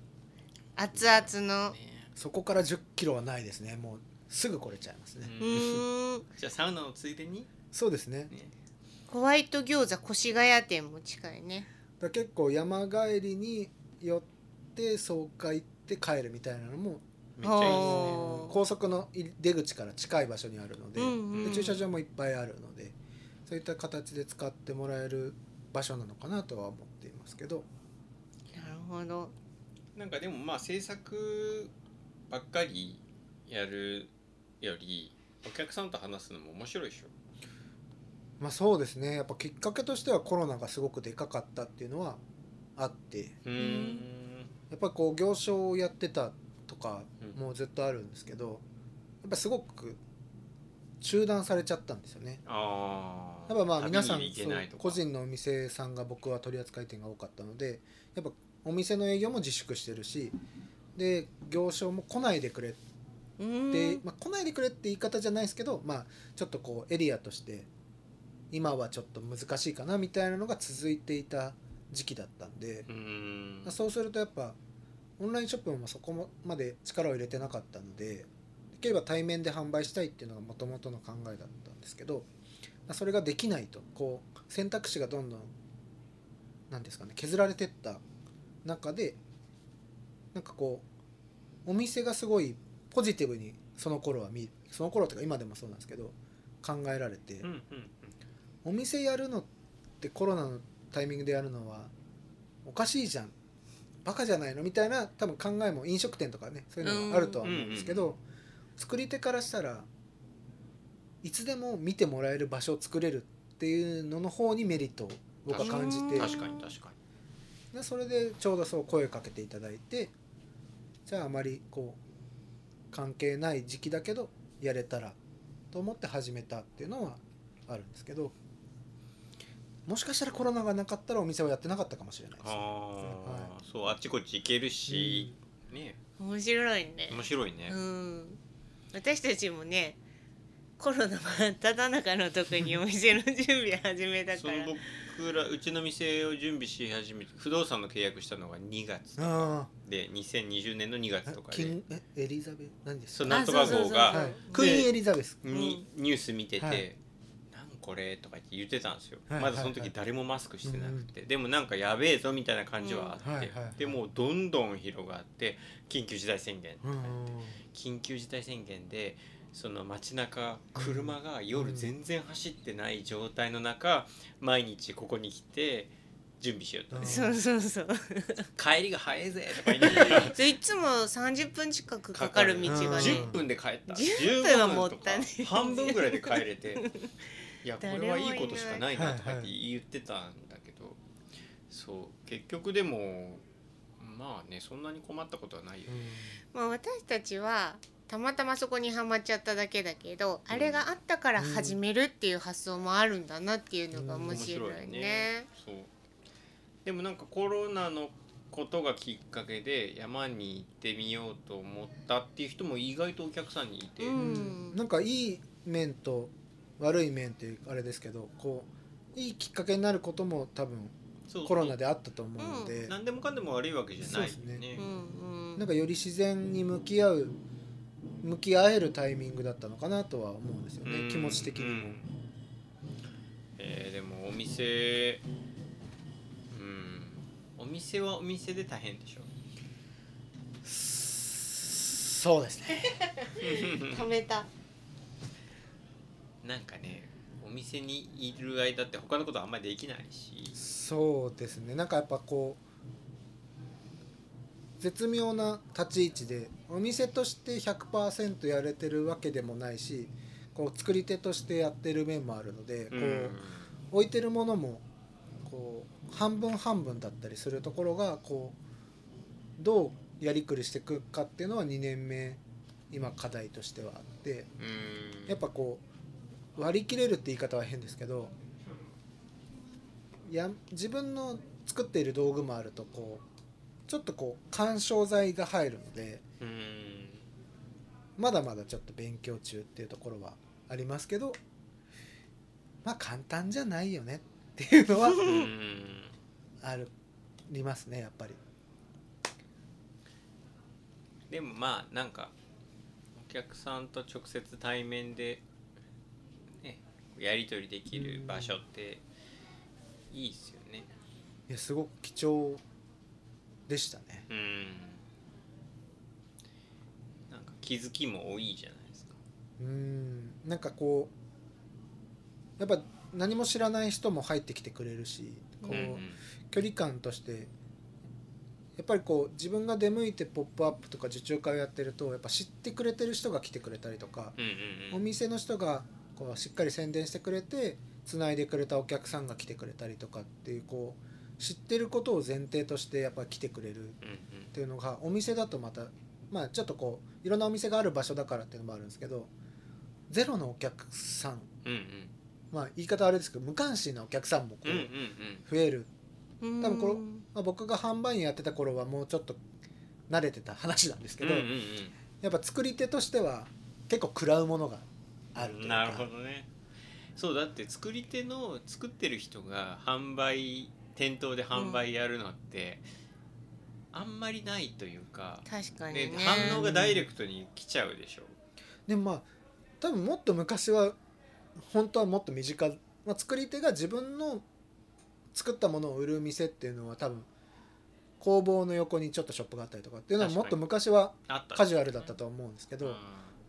熱々の
そこから1 0キロはないですねもうすぐ来れちゃいますね、
う
うん
ーん
じゃあサウナのついでに、
そうですね
ね、
ホワイト餃子越谷店も近いね
だから結構山帰りに寄って草加行って帰るみたいなのも
めっちゃいいですね
おー
高速の入り出口から近い場所にあるので,、
うんうん
で駐車場もいっぱいあるのでそういった形で使ってもらえる場所なのかなとは思っていますけど
なるほど
なんかでもまあ制作ばっかりやるよりお客さんと話すのも面白いでしょ
まあそうですねやっぱきっかけとしてはコロナがすごくでかかったっていうのはあって
うーん
やっぱりこう行商をやってたとか
うん
もうずっとあるんですけどやっぱすごく中断されちゃったんですよね。
ああ
やっぱまあ皆さん
旅に行けない
そ
と
う
か
個人のお店さんが僕は取り扱い店が多かったのでやっぱお店の営業も自粛してるしで業者も来ないでくれって、
うーん
まあ、来ないでくれって言い方じゃないですけど、まあ、ちょっとこうエリアとして今はちょっと難しいかなみたいなのが続いていた時期だったんで、
うーん
そうするとやっぱオンラインショップもそこまで力を入れてなかったのでできれば対面で販売したいっていうのがもともとの考えだったんですけどそれができないとこう選択肢がどんどんなんですかね削られてった中でなんかこうお店がすごいポジティブにその頃は見その頃というか今でもそうなんですけど考えられて、
うんうんうん
お店やるのってコロナのタイミングでやるのはおかしいじゃんバカじゃないのみたいな多分考えも飲食店とかねそういうのがあるとは思うんですけど、
うんうん
作り手からしたらいつでも見てもらえる場所を作れるっていうのの方にメリットを僕は感じて
確かに確か
でそれでちょうどそう声をかけていただいてじゃああまりこう関係ない時期だけどやれたらと思って始めたっていうのはあるんですけどもしかしたらコロナがなかったらお店はやってなかったかもしれない
に
です、
ああ、
は
そうあっちこっち行けるし、ね
面白いね
面白いね、
うん私たちもねコロナ真っ只中の時にお店の準備始めた
そ
から
の僕らうちの店を準備し始めて不動産の契約したのが2月
あ
で2020年の2
あ
月とかで
金えエリザベ何です
そう
か
なんとか号
あ
は
が
い、クイーンエリザベス
にニュース見てて「
はい
なんこれ?」とか言って言ってたんですよ、
はい
まだその
はい
時
はい
誰もマスクしてなくて、でもなんかやべえぞみたいな感じはあって、
うんはいはいはい
でもうどんどん広がって緊急事態宣言、
うん
緊急事態宣言でその街中車が夜全然走ってない状態の中毎日ここに来て準備しようとね
うん
そうそ
<laughs>
うそう
帰りが早いぜとか言って
<laughs>
そういつも30分近くかかる道がね
10分で帰った
10分はもったいない
15分とか半分ぐらいで帰れ
<laughs>
ていやこれはいいことしかないなとか言って言ってたんだけど、そう結局でもまあねそんなに困ったことはないよね、
まあ私たちはたまたまそこにはまっちゃっただけだけど、あれがあったから始めるっていう発想もあるんだなっていうのが面白いね。
そうでもなんかコロナのことがきっかけで山に行ってみようと思ったっていう人も意外とお客さんにいて、
うん
なんかいい面と悪い面っていうあれですけどこういいきっかけになることも多分
そう
コロナであったと思うので、
何でもかんでも悪いわけじゃないよ
そうですね
うんうん、
なんかより自然に向き合う向き合えるタイミングだったのかなとは思うんですよ
うん
ね気持ち的に
う
も
んえーでもお店うんお店はお店で大変でしょ
そうですね
止めた。
なんかねお店にいる間って他のことあんまりできないし
そうですねなんかやっぱこう絶妙な立ち位置でお店として100%やれてるわけでもないしこう作り手としてやってる面もあるので、こう置いてるものもこう半分半分だったりするところがこうどうやりくりしていくかっていうのは2年目今課題としてはあって
うん
やっぱこう割り切れるって言い方は変ですけどや自分の作っている道具もあるとこうちょっとこう緩衝材が入るので
うん
まだまだちょっと勉強中っていうところはありますけどまあ簡単じゃないよねっていうのは
うん
あるりますねやっぱり
でもまあなんかお客さんと直接対面で、ね、やり取りできる場所っていいっすよね。
いやすごく貴重でしたね
うんなんか気づきも多いじゃないですか。
うんなんかこうやっぱ何も知らない人も入ってきてくれるしこう、
ん
距離感としてやっぱりこう自分が出向いて「ポップアップとか受注会をやってるとやっぱ知ってくれてる人が来てくれたりとか、
うんうん
お店の人がこうしっかり宣伝してくれてつないでくれたお客さんが来てくれたりとかっていうこう知ってることを前提としてやっぱ来てくれる
うんうん
っていうのがお店だとまたまあちょっとこういろんなお店がある場所だからっていうのもあるんですけどゼロのお客さん
うん
まあ言い方あれですけど無関心なお客さんもこ
うんうんうん
う増える、
多
多分これまあ、僕が販売員やってた頃はもうちょっと慣れてた話なんですけ
うん
ど、
うんうん
やっぱ作り手としては結構食らうものがあると
う
い
ん
う
なる
か
ほどね。そうだって作り手の作ってる人が販売店頭で販売やるのって、あんまりないというか、
確かに
ね
ね。
反応がダイレクトに来ちゃうでしょ。
でもまあ多分もっと昔は本当はもっと身近、まあ、作り手が自分の作ったものを売る店っていうのは多分工房の横にちょっとショップがあったりとかっていうのは
確か
も
に
っと昔は
あった
カジュアルだったと思うんですけ
うん
ど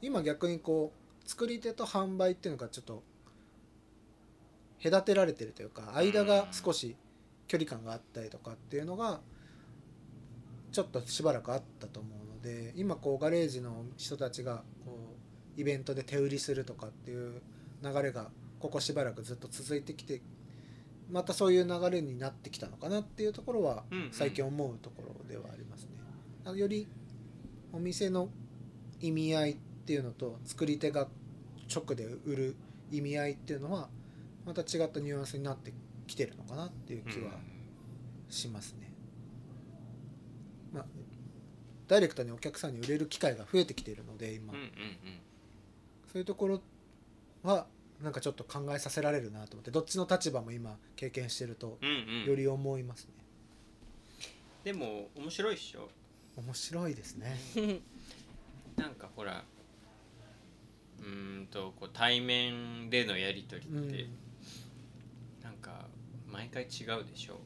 今逆にこう作り手と販売っていうのがちょっと隔てられてるというか間が少し距離感があったりとかっていうのがちょっとしばらくあったと思うので今こうガレージの人たちがこうイベントで手売りするとかっていう流れがここしばらくずっと続いてきてまたそういう流れになってきたのかなっていうところは
うんうん
最近思うところではありますね。あのよりお店の意味合いっていうのと作り手が直で売る意味合いっていうのはまた違ったニュアンスになってきてるのかなっていう気はしますね。まあダイレクトにお客さんに売れる機会が増えてきているので今、
うんうんうん
そういうところはなんかちょっと考えさせられるなと思ってどっちの立場も今経験してると
うんうん
より思いますね。
でも面白いっしょ
面白いですね。
なんかほらうーんとこう対面でのやり取
う
りっ
ん、
て
違い
なんか毎回違うでしょ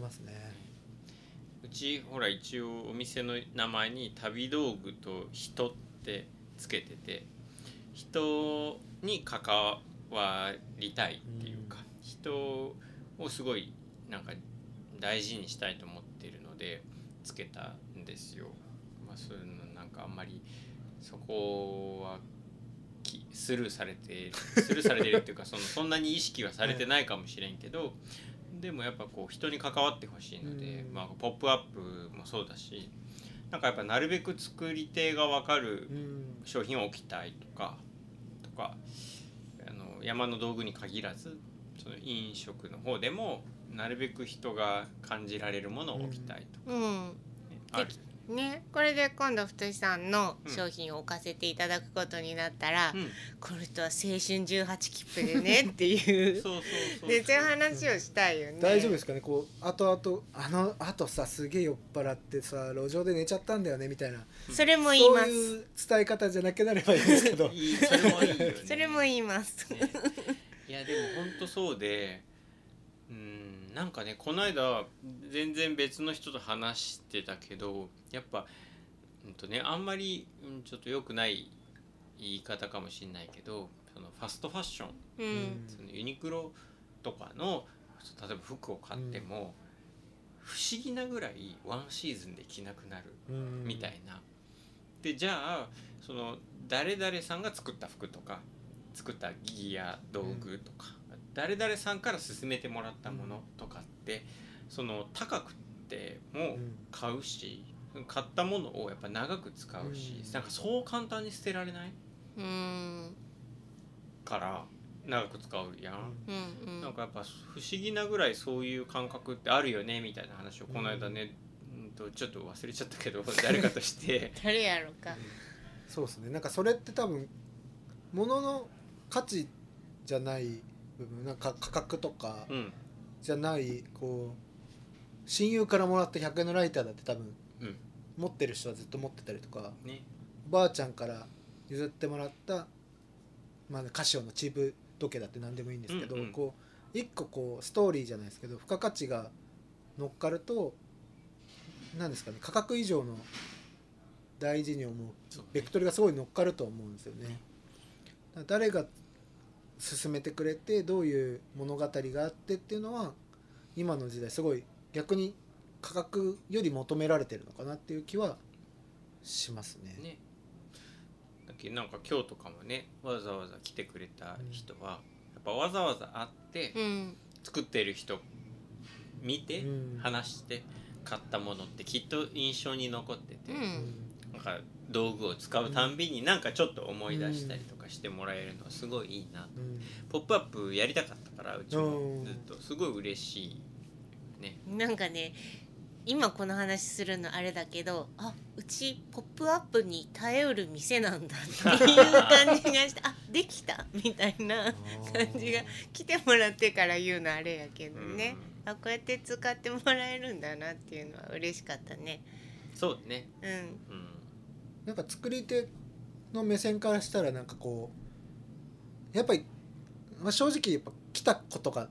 ますね。
うちほら一応お店の名前に旅道具と人ってつけてて人に関わりたいっていうか人をすごいなんか大事にしたいと思っているのでつけたんですよ。まあ、そういうのなんかあんまりそこはきスルーされてスルーされてるっていうかそのそんなに意識はされてないかもしれんけど、でもやっぱこう人に関わってほしいので
う
「
ん
まあ、ポップアップもそうだしなんかやっぱなるべく作り手が分かる
うん
商品を置きたいとかとかあの山の道具に限らずその飲食の方でもなるべく人が感じられるものを置きたいとか、
うん
ね
うん
ある
ね、これで今度太しさんの商品を置かせていただくことになったら、
うん
これとは青春18切符でねっていう
そうそうそう
<laughs> でそういう話をしたいよね
大丈夫ですかねこうあとあとあのあとさすげえ酔っ払ってさ路上で寝ちゃったんだよねみたいな
それも
そう
言いますそ
いう伝え方じゃなければいいんですけ
<laughs>
ど
いいそれもいいよね
れも言います、
ねいやでも本当そうでうんなんかねこの間全然別の人と話してたけどやっぱうんとねあんまり、うん、ちょっと良くない言い方かもしれないけどそのファストファッション
うん
うん
そのユニクロとかの例えば服を買っても、不思議なぐらいワンシーズンで着なくなる
うん
みたいな。でじゃあその誰々さんが作った服とか作ったギア道具とか、誰々さんから勧めてもらったものとかってその高くて
う
も
ん
買うし買ったものをやっぱ長く使うし、
うん
なんかそう簡単に捨てられない
うんうん
から長く使うやん。
うん
なんかやっぱ不思議なぐらいそういう感覚ってあるよねみたいな話をこの間ね、うん、とちょっと忘れちゃったけど誰かとして
誰やろうか
そうですねなんかそれって多分物の価値じゃない部分なんか価格とか
うん
じゃないこう親友からもらった100円のライターだって多分
うん
持ってる人はずっと持ってたりとか
ね
おばあちゃんから譲ってもらった、まあ、カシオのチープ時計だって何でもいいんですけど、
うんうん
こう一個こうストーリーじゃないですけど付加価値が乗っかると何ですかね価格以上の大事に思う
そう
ベクトルがすごい乗っかると思うんですよね。だから誰が進めてくれてどういう物語があってっていうのは今の時代すごい逆に価格より求められてるのかなっていう気はしますね。
ねだっけなんか今日とかもねわざわざ来てくれた人は、やっぱわざわざ会って
うん
作ってる人見て、
うん
話して買ったものってきっと印象に残ってて、
うん
なんか道具を使うたんびになんかちょっと思い出したりとかしてもらえるのはすごいいいな
うん
ポップアップやりたかったからうち
う
も
ん
ずっとすごい嬉しいね
なんかね今この話するのあれだけどあうちポップアップに耐えうる店なんだっていう感じがしてあできたみたいな感じが来てもらってから言うのあれやけどね、あこうやって使ってもらえるんだなっていうのは嬉しかったね
うんそうね
うん
うん
なんか作り手の目線からしたらなんかこうやっぱり、まあ、正直やっぱ来たことが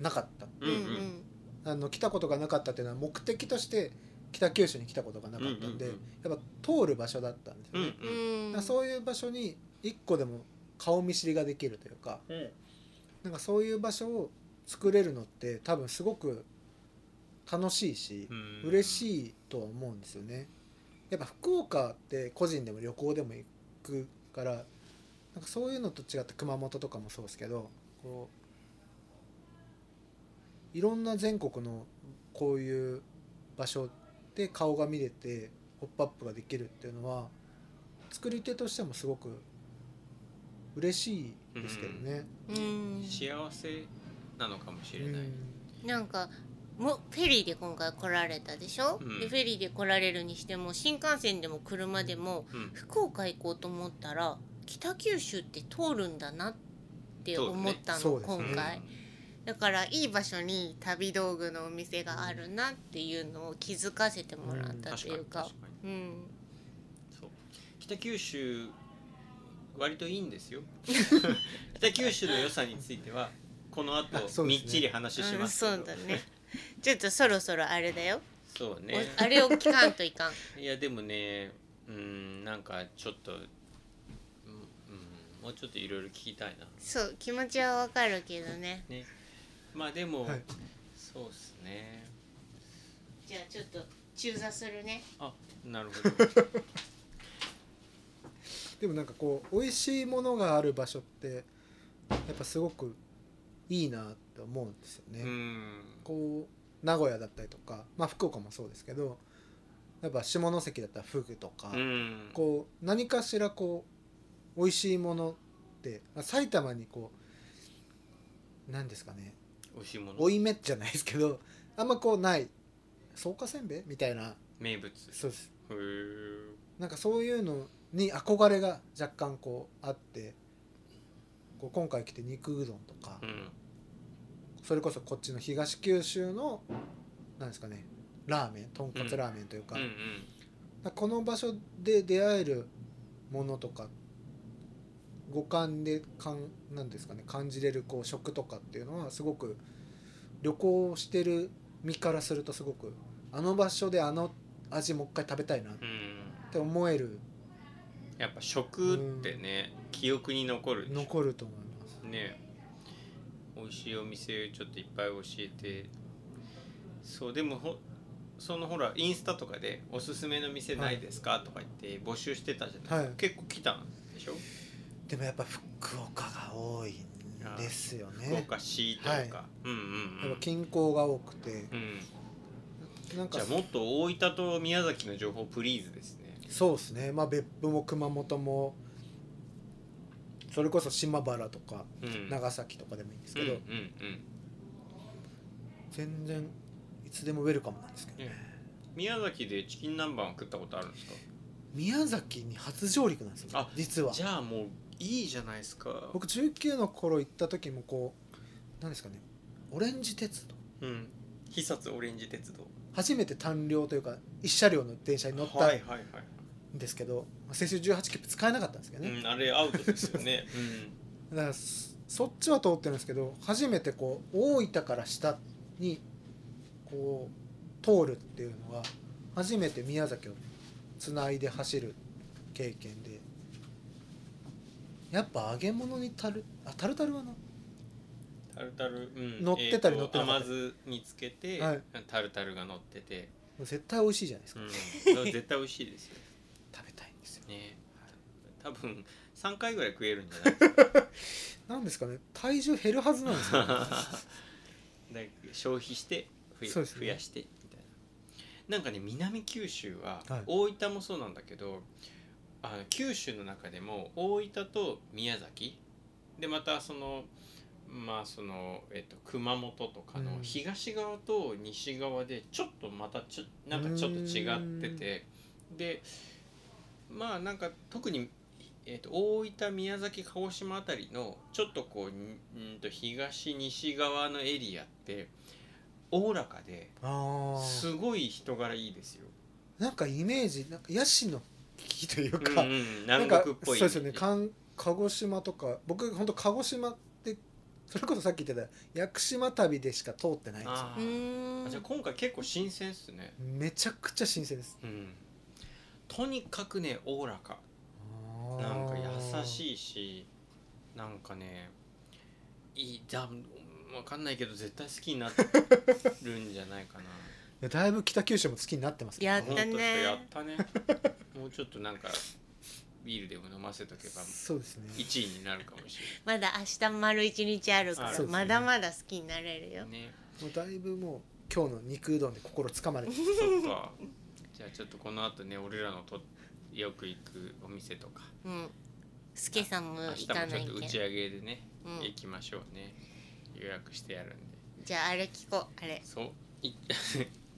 なかった
うんうん
あの来たことがなかったっていうのは目的として北九州に来たことがなかったんで、
うんうん
やっぱ通る場所だったんです
う
よ
ん
ね、
う
うん
ん
だからそういう場所に一個でも顔見知りができるというか
うん
なんかそういう場所を作れるのって多分すごく楽しいし、
うん
嬉しいとは思うんですよねやっぱ福岡って個人でも旅行でも行くからなんかそういうのと違って熊本とかもそうですけどこういろんな全国のこういう場所で顔が見れて「ポップアップができるっていうのは作り手としてもすごく嬉しいですけどね。
うん
幸せなのかもしれない
なんかもフェリーで今回来られたでしょ、
うん
でフェリーで来られるにしても新幹線でも車でも
うん
福岡行こうと思ったら北九州って通るんだなって思ったの、
そうねそう
今
ですね
回、だからいい場所に旅道具のお店があるなっていうのを気づかせてもらっ
うん
たっ
確
て
か
い
に
う
確
か
かに
うん
そう北九州割といいん
<laughs>
ですよ北九州の良さについてはこの後
あそう
み
です
っ
ね
ちり話し
うん
ます
そ
け
う
ど
だねちょっとそろそろあれだよ、
そうね
おあれを聞かんといかん
いやでもねうんなんかちょっと、うんうん、もうちょっといろいろ聞きたいな
<laughs> そう気持ちはわかるけどね
ねまあでも、
はい
そうっすね
じゃあちょっと中座するね
あなるほ
<laughs>
ど
でもなんかこう美味しいものがある場所ってやっぱすごくいいなって思うんですよね、
うん
こう名古屋だったりとか、まあ、福岡もそうですけどやっぱ下関だったらフグとか、
うん
こう何かしらこう美味しいものってあ埼玉にこう何ですかね
美味しいもの
追い目じゃないですけどあんまこうない草加せんべいみたいな
名物
そうです
へー
なんかそういうのに憧れが若干こうあってこう今回来て肉うどんとか
うん
それこそこっちの東九州のなんですかねラーメンとんかつラーメンというか,、
うん
この場所で出会えるものとか五感でかんなんですかね感じれるこう食とかっていうのはすごく旅行してる身からするとすごくあの場所であの味もう一回食べたいなっ
うんうん
て思える
やっぱ食ってね記憶に残るでしょ
残ると思います。
ね美味しいお店ちょっといっぱい教えてそうでもほそのほらインスタとかで「おすすめの店ないですかとか言って募集してたじゃない、
はい
結構来たんでしょ、
でもやっぱ福岡が多いんですよね。
福岡市とか、
はい
うんうんう
やっ
ん
ぱ近郊が多くて、
うん、
なんか
じゃあもっと大分と宮崎の情報プリーズですね
そうですね。まあ別府も熊本もそれこそ島原とか
うん
長崎とかでもいいんですけど、
うんうんうん
全然いつでもウェルカムなんですけどね。
宮崎でチキン南蛮は食ったことあるんですか
宮崎に初上陸なんですよ
あ。
実は
じゃあもういいじゃないですか
僕19の頃行った時もこうなんですかね、オレンジ鉄道
うん肥薩オレンジ鉄道
初めて単両というか一車両の電車に乗った
はいはいはい
んですけど、まあ青春18切符使えなかったんですけどね。
うん、あれアウトですよ
<laughs>
ね。
だからそそっちは通ってるんですけど初めてこう大分から下にこう通るっていうのが初めて宮崎をつないで走る経験でやっぱ揚げ物にタルあタルタルはな
タルタル、うん
乗ってたり
えーと
乗ってなか
甘
った
酢につけて、
はい
タルタルが乗ってて、
絶対美味しいじゃないです
う
か、
ん、
<laughs>
絶対美味しいですよ
食べたいんですよ
ね。多分三回ぐらい食えるんじゃないですか。
なんですかね体重減るはずな
<laughs>
んですよ、
で消費して増や
そうですね
増やしてみたいな。なんかね南九州は、
はい
大分もそうなんだけど、あの九州の中でも大分と宮崎でまたそのまあそのえっと、熊本とかの
うん
東側と西側でちょっとまたちょなんかちょっと違っててでまあなんか特に、えっと、大分宮崎鹿児島あたりのちょっとこうにうんと東西側のエリアっておおらかで
あ
すごい人柄いいですよ。
あなんかイメージなんかヤシの木という
う
か、
んうん、南国っぽい
なんかそうですよねかん鹿児島とか僕本当鹿児島ってそれこそさっき言ってた屋久島旅でしか通ってないんですよ
あ
う
ー
ーん
あじゃあ今回結構新鮮っすね、
めちゃくちゃ新鮮です
うん、とにかくねおおらかなんか優
い
しいしなんかねいいだ分かんないけど絶対好きになるんじゃないかな
やだいぶ北九州も好きになってますけど
や
ほん
った
と
ね
そうやったねもうちょっとなんかビールでも飲ませとけば
そうですね
1位になるかもし
まだ明日丸一日あるか
あ
ら、
そう
ですね
まだまだ好きになれる
れ
よ
ないね
もうだいぶもう今日の肉うどんで心つかまれて
そっかじゃあちょっとこの後ね俺らのとよく行くお店とか
うんすけさんも
明
行
日
か
も
な
ちょ
い
っと打
け
ち上げでね、
うん
行きましょうね予約してやるんで
じゃああれ聞こうあれ
そうい <laughs>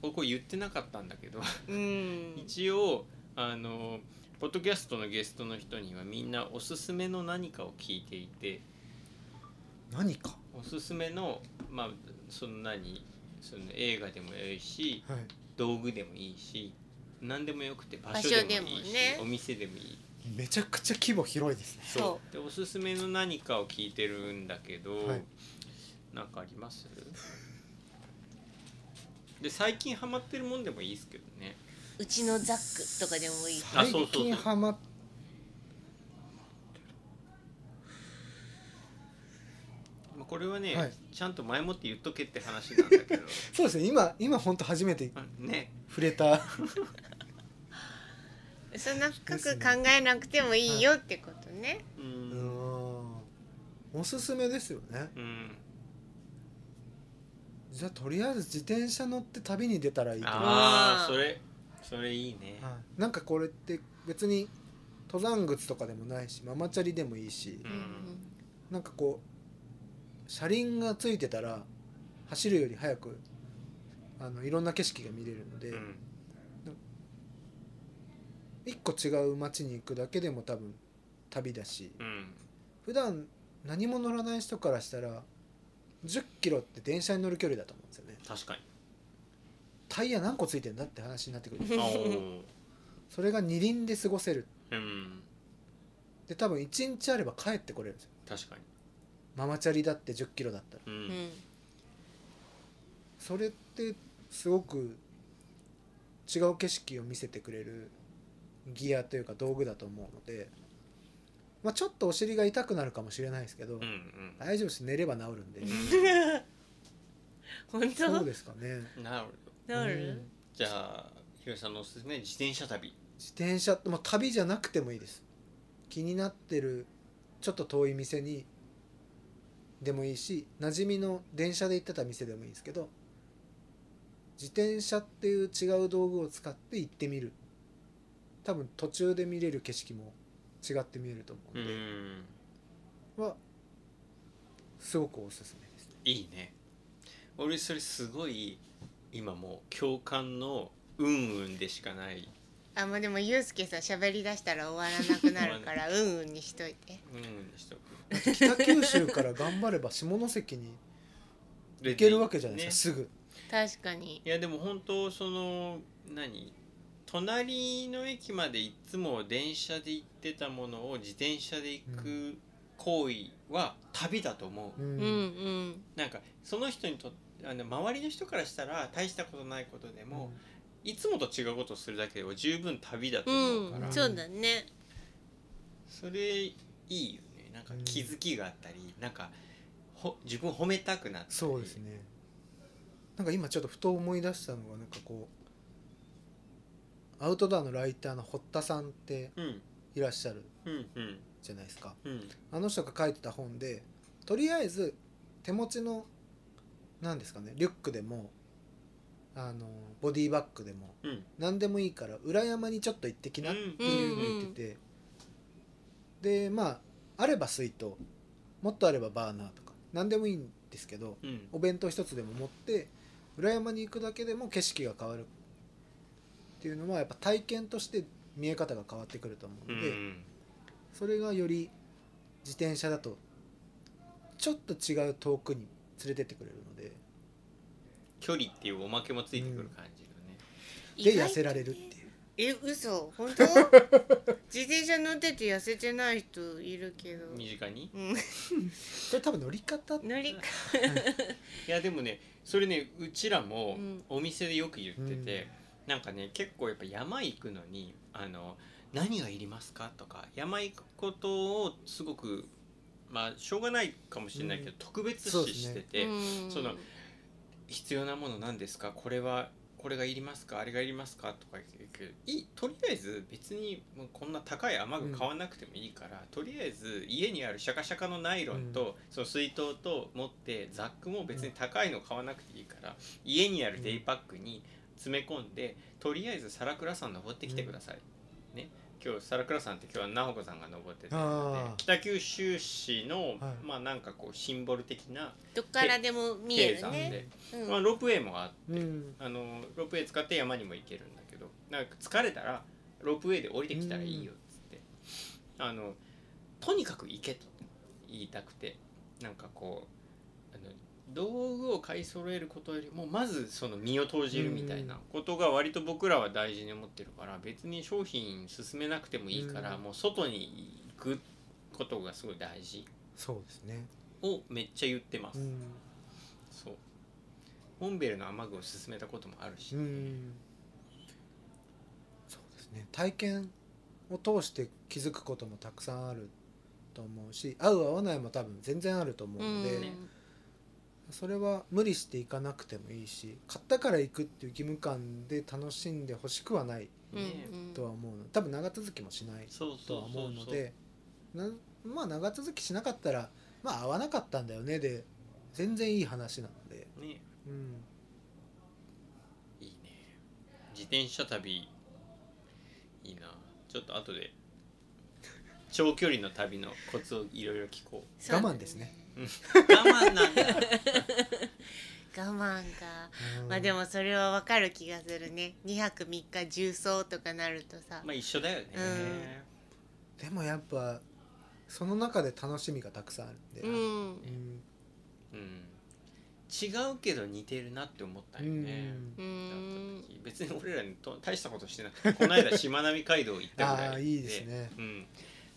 ここ言ってなかったんだけど
うん
一応あのポッドキャストのゲストの人にはみんなおすすめの何かを聞いていて
何か
おすすめのまあその何その映画でもいいし
はい
道具でもいいし何でもよくて場
場
所
所
で
で
も
も
いいし、
ね
お店でもいい
めちゃくちゃ規模広いですね
そう
でおすすめの何かを聞いてるんだけど、
はい
なんかありますで最近ハマってるもんでもいいですけどね
うちのザックとかでもいい
あ
最
そうそうそう
近ハマっ
まあこれはね、
はい
ちゃんと前もって言っとけって話なんだけど <laughs>
そうですね今今本当初めて
あね
触れた
そんな深く考えなくてもいいよってことね。
う
うんんおすすめですよね
うん
じゃあとりあえず自転車乗って旅に出たらいいと思う
ああ
うん
それそれいいね
はいなんかこれって別に登山靴とかでもないしママチャリでもいいし
う、ん
なんかこう車輪がついてたら走るより早くあのいろんな景色が見れるので、
うん
一個違う街に行くだけでも多分旅だし
うん
普段何も乗らない人からしたら1 0キロって電車に乗る距離だと思うんですよね
確
<laughs>
かに
タイヤ何個ついてんだって話になってくる
あー
それが二輪で過ごせる
うん
で多分1日あれば帰ってこれるんですよ
確かに
ママチャリだって1 0キロだったら
う、
うんん
それってすごく違う景色を見せてくれるギアというか道具だと思うので、まあ、ちょっとお尻が痛くなるかもしれないですけど、
うんうん
大丈夫です寝れば治るん <laughs> で、
<laughs> 本当
そうですかね
なるほど
な
う
る
ん
じゃあひろゆきさんのおすすめ自転車旅
自転車、まあ、旅じゃなくてもいいです気になってるちょっと遠い店にでもいいし馴染みの電車で行ってた店でもいいですけど自転車っていう違う道具を使って行ってみる多分途中で見れる景色も違って見えると思う
うん
で、
ん
はすごくおすすめですね
いいね俺それすごい今もう共感のうんうんでしかない
あもうでもゆうすけさん喋り出したら終わらなくなるから
<laughs>
うんうんにしといて
うんうんでした
北九州から頑張れば下関に行けるわけじゃないですか、すぐ
確かに
いやでも本当その何隣の駅までいつも電車で行ってたものを自転車で行
う
く行為は旅だと思う、
うんうん
なんかその人にとあの周りの人からしたら大したことないことでも、いつもと違うことをするだけでは十分旅だと
う
思うから、
んそうだね
それいいよねなんか気づきがあったり、なんかほ自分を褒めたくなったり
そうですねなんか今ちょっとふと思い出したのがなんかこうアウトドアのライターの堀田さんって
うん
いらっしゃる
うんうん
じゃないですか
うん
あの人が書いてた本でとりあえず手持ちの何ですかねリュックでもあのボディバッグでも
うん
何でもいいから裏山にちょっと行ってきなって
うん
いうのを言ってて、でまああれば水筒もっとあればバーナーとか何でもいいんですけど
うん
お弁当一つでも持って裏山に行くだけでも景色が変わるっていうのはやっぱ体験として見え方が変わってくると思う
う
ので、
ん
それがより自転車だとちょっと違う遠くに連れてってくれるので
距離っていうおまけもついてくる感じがね、
で
意外
痩せられるっていう
え嘘本
<laughs>
当自転車乗ってて痩せてない人いるけど
身近に
うん
それ多分乗り方
乗りか
いやでもねそれねうちらも
うん
お店でよく言ってて、なんかね結構やっぱ山行くのにあの何がいりますかとか山行くことをすごくまあしょうがないかもしれないけど、
うん
特別
そう
視
です
し
ね
てて、
うん
その必要なものなんですかこれはこれがいりますかあれがいりますかとか言うけどいいとりあえず別にもうこんな高い雨具買わなくてもいいから、とりあえず家にあるシャカシャカのナイロンと、その水筒と持ってザックも別に高いの買わなくていいから、家にあるデイパックに詰め込んでとりあえず皿倉さん登ってきてください。ね今日皿倉さんって今日は直子さんが登ってたの
あー
で北九州市の、
はい
まあなんかこうシンボル的な
どっからでも見える
山で
ね。うん
まあ、ロープウェイもあ
うん
あのロープウェイ使って山にも行けるんだけどなんか疲れたらロープウェイで降りてきたらいいよっつって、あのとにかく行けと言いたくてなんかこうあの道具を買い揃えることよりもまずその身を投じるみたいなことが割と僕らは大事に思ってるから別に商品進めなくてもいいから、
うん
もう外に行くことがすごい大事
そうですね、
をめっちゃ言ってます。
うん
そうモンベルの雨具を勧めたこともあるし、
うんそうですね体験を通して気づくこともたくさんあると思うし合う合わないも多分全然あると思うので、
う
ね
ん
それは無理して行かなくてもいいし買ったから行くっていう義務感で楽しんでほしくはない
うん
ね
うん
とは思うの多分長続きもしない
そうそう
とは
そう
思うのでなまあ長続きしなかったらまあ合わなかったんだよねで全然いい話なので、
ね
うん、
いいね自転車旅いいなちょっと後で長距離の旅のコツをいろいろ聞こう
そう
我慢ですね。
我慢なんだ <laughs>
我慢か
うん
まあでもそれはわかる気がするね2泊3日重曹とかなるとさ
まあ一緒だよね、
でもやっぱその中で楽しみがたくさんあるんで、
うん
うん
うん違うけど似てるなって思ったよね、
う
だっ
ん
た時別に俺らと大したことしてないこの間しまなみ海道行ったぐらい
ああいいですね
うん、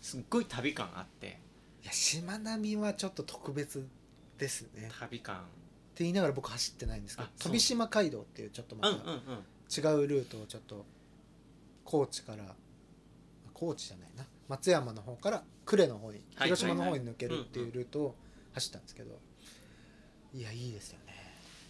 すっごい旅感あって
いやしまなみはちょっと特別ですねって
旅感
言いながら僕走ってないんですけど
あそう
飛島街道っていうちょっと
うん
ま
うんうん
た違うルートをちょっと高知から高知じゃないな松山の方から呉の方に
はい
広島の方
はい
に抜けるって
うん
いううんルートを走ったんですけどいやいいですよね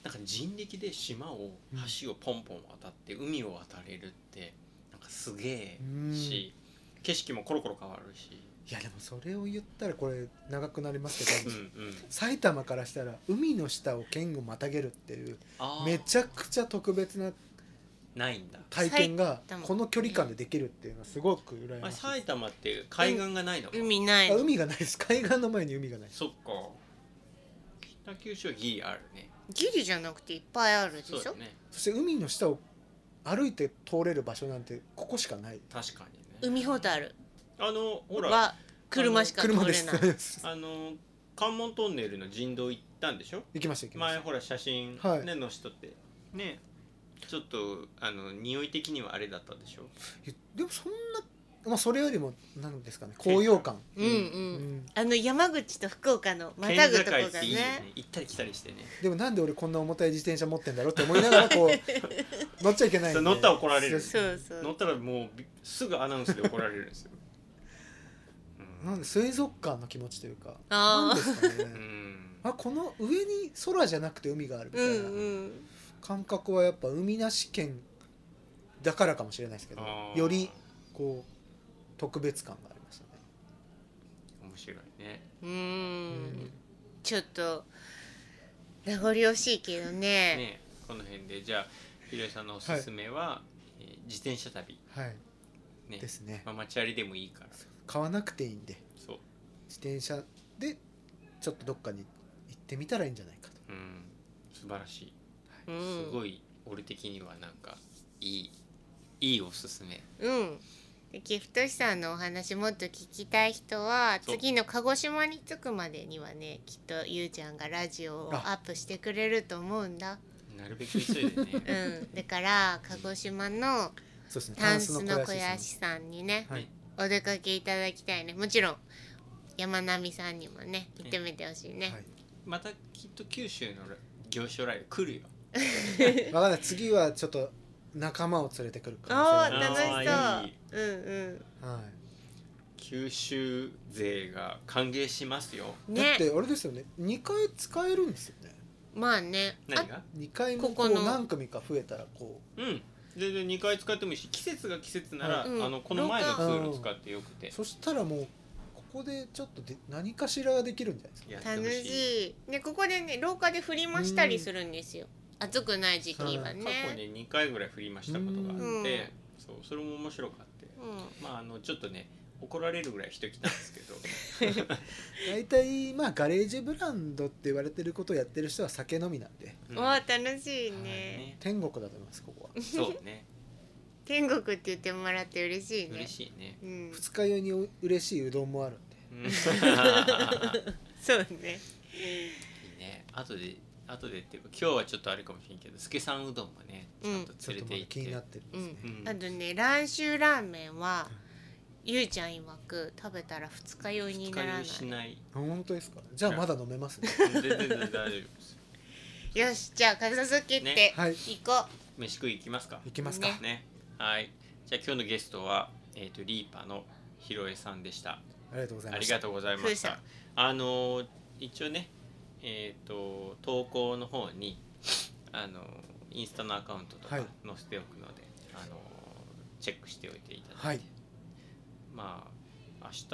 なんか人力で島を
うん
橋をポンポン渡って海を渡れるってなんかすげえし、景色もコロコロ変わるし、
いやでもそれを言ったらこれ長くなりますけ
う
ど
んうん、
埼玉からしたら海の下を県をまたげるっていう
あー
めちゃくちゃ特別な
ないんだ、
体験が
埼玉
この距離感でできるっていうのはすごく羨
ま
ま
あ、
しいです、
埼玉って海岸がないのか、
海ない
あ海がないです海岸の前に海がないです
そっか北九州はギリあるね
ギリじゃなくていっぱいあるでし
そうだ
ょ
よね
そして海の下を歩いて通れる場所なんてここしかない
確かにね
海ほたる
あのほら
は車しか通れ
車
な
で
い
す
あの関門トンネルの人道行ったんでしょ
行きました行きまし
前
た
ほら写真、
はい
ねの人ってねちょっとあの匂い的にはあれだったでしょ
いでもそんな、まあ、それよりも何ですかね高揚感、
うんう
うんん、
あの山口と福岡のま
県
たぐ
境
とこがね
っていいよね行ったり来たりしてね
でもなんで俺こんな重たい自転車持ってんだろうって思いながらこ
<laughs>
う乗っちゃいけないんで
そう乗ったら怒られる
そ
そううそ
乗っ
う
たらもうびすぐアナウンスで怒られるんですよ、うん、
なんで水族館の気持ちというかなん
あ
ですかね、
うん
あこの上に空じゃなくて海があるみ
ーう
たい
ん
な
うん
感覚はやっぱ海なし県だからかもしれないですけど
あー
よりこう特別感がありましたね
面白いね
う
うん
んちょっと名残惜しいけどね
ねこの辺でじゃあひろえさんのおすすめは、えー自転車旅
はい
ね
ですね
まあ、街ありでもいいから
買わなくていいんで
そう
自転車でちょっとどっかに行ってみたらいいんじゃないかと
うん素晴らしい、
う
す
ん
ごい俺的にはなんかいいいいおすすめ
うんでギフトシさんのお話もっと聞きたい人は
そう
次の鹿児島に着くまでにはねきっとゆうちゃんがラジオをアップしてくれると思うんだ
なるべく急いで
う <laughs>
ね、
んだから鹿児島の
そうですね
タンスの小屋
屋
師
敷
さんにね
はい
お出かけいただきたいねもちろん山並さんにもね行ってみてほしいね、
はい
またきっと九州の行商ライブ来るよ
わかんない次はちょっと仲間を連れてくるか
ああ
もしれない
楽しそう
あーいい
うん
は
九州勢が歓迎しますよ
う
い
ん
だっ
ね
てあれですよね2回使えるんですよね
まあね
何が
2回もこ
ここの
う何組か増えたらこ
うん全然2回使ってもいいし季節が季節なら、
はいうん
あのこの前のツール使ってよくて
うそしたらもうここでちょっとで何かしらができるんじゃないですか
やってほ
楽
しい
しいねここでね廊下で振りましたりするんですよ暑くない時期は
過去
ね、
に2回ぐらい振りましたことがあって、
うん
そうそれも面白かって、
う、
まああのちょっとね怒られるぐらい人来たんですけど
大体まあガレージブランドって言われてることをやってる人は酒飲みなんで
うんん
わあ楽しいね,、
ね
天国だと思いますここは
そうね
天国って言ってもらって嬉 <laughs> しいね
嬉しいね、
うん、
二日酔いにう嬉しいうどんもあるんで
<laughs>
うんいい
そうね
ね後で後でっていうか今日はちょっとあれかもしれんけど助さんうどんもねちゃんと
ちょ
連
っ
れ
と
て
まだ
行って、
気になってるんですね、
うん
あとね蘭州ラーメンはゆうちゃん曰く食べたら二日酔いにならない
しない
本当ですかじゃあまだ飲めますね
全然全然大丈夫です
よしじゃあ片付けて
ね
はい
行こ
飯食い行きますか
行きますか、
ね
ねはいじゃあ今日のゲストは、えー、とリーパーのひろえさんでした
ありがとうござい
あ
ま
り
した
がとうございまし
ふう
たあのー一応ねえっ、と投稿の方にあのインスタのアカウントとか
は
載
い
せておくので、あのチェックしておいていただいて、
はい
まあ明日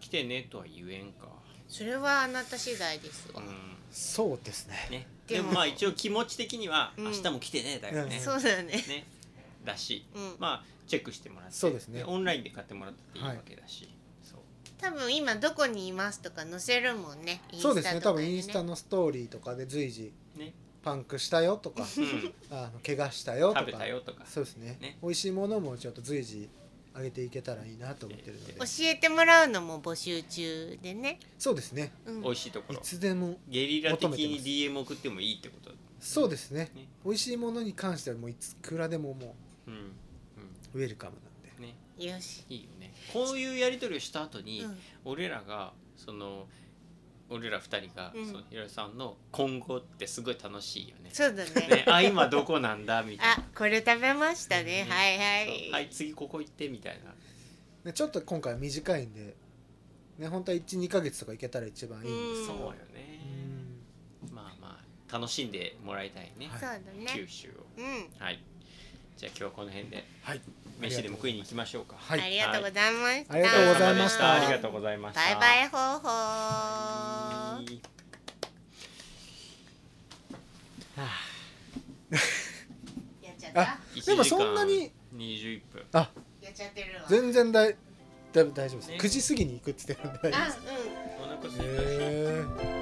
来てねとは言えんか、
それはあなた次第です
う
わ、
ん
そうですね
ね、
で
で
も
もまあ一応気持ち的には
うん
明日も来てねだよね,、
うん
そうだね
ねだし
うん、
まあチェックしてもらって
そうですね
オンラインで買ってもらったっていいわけだし、そう
多分今どこにいますとか載せるもんねインスタ
そうですね
と
多
か
分
に
インスタのストーリーとかで随時
ね、
パンクしたよとか
うん、
あの怪我したよとか
食べたよとか
そうですね
ね
美味しいものもちょっと随時上げていけたらいいなと思ってるので
教えてもらうのも募集中でね、
そうですね
うん、
美味しいとこ
い
ろ
つでも
ゲリラ的
求めて
に
ます
DM 送ってもいいってこと
そうですね
ね
美味しいものに関してはもういくらでもも
うん、うん
うウェルカムなんで
ね、
よし、
いいよねこういうやり取りをした後に、
うん、
俺らがその俺ら二人が、
うん
そのひろりさんの今後ってすごい楽しいよね。
そうだね
ね、あ今どこなんだみたいな
あ。これ食べましたね
ね
はいは
そ
いう
はい次ここ行ってみたいな。
ねちょっと今回短いんでね本当は12ヶ月とかいけたら一番いいんです
そう
け
よ
ど
ね
う。ん
まあまあ楽しんでもらいたいね、
そうだね
九州を。
うん
はい。じゃあ今日はこの辺で
はい
飯でも食いに行きましょうか。
はい
ありがとうございました
ありがとうございました
ありがとうございました。
バイバイほうほ
イ。
うやっちゃった
あでもそんなに
二十一分。
あ
やっちゃってるわ
全然だいだいぶ大丈夫です
ね
À,
9時過ぎに行くって言ってるんで
あうん
お腹すいたし。
へえ
ừ.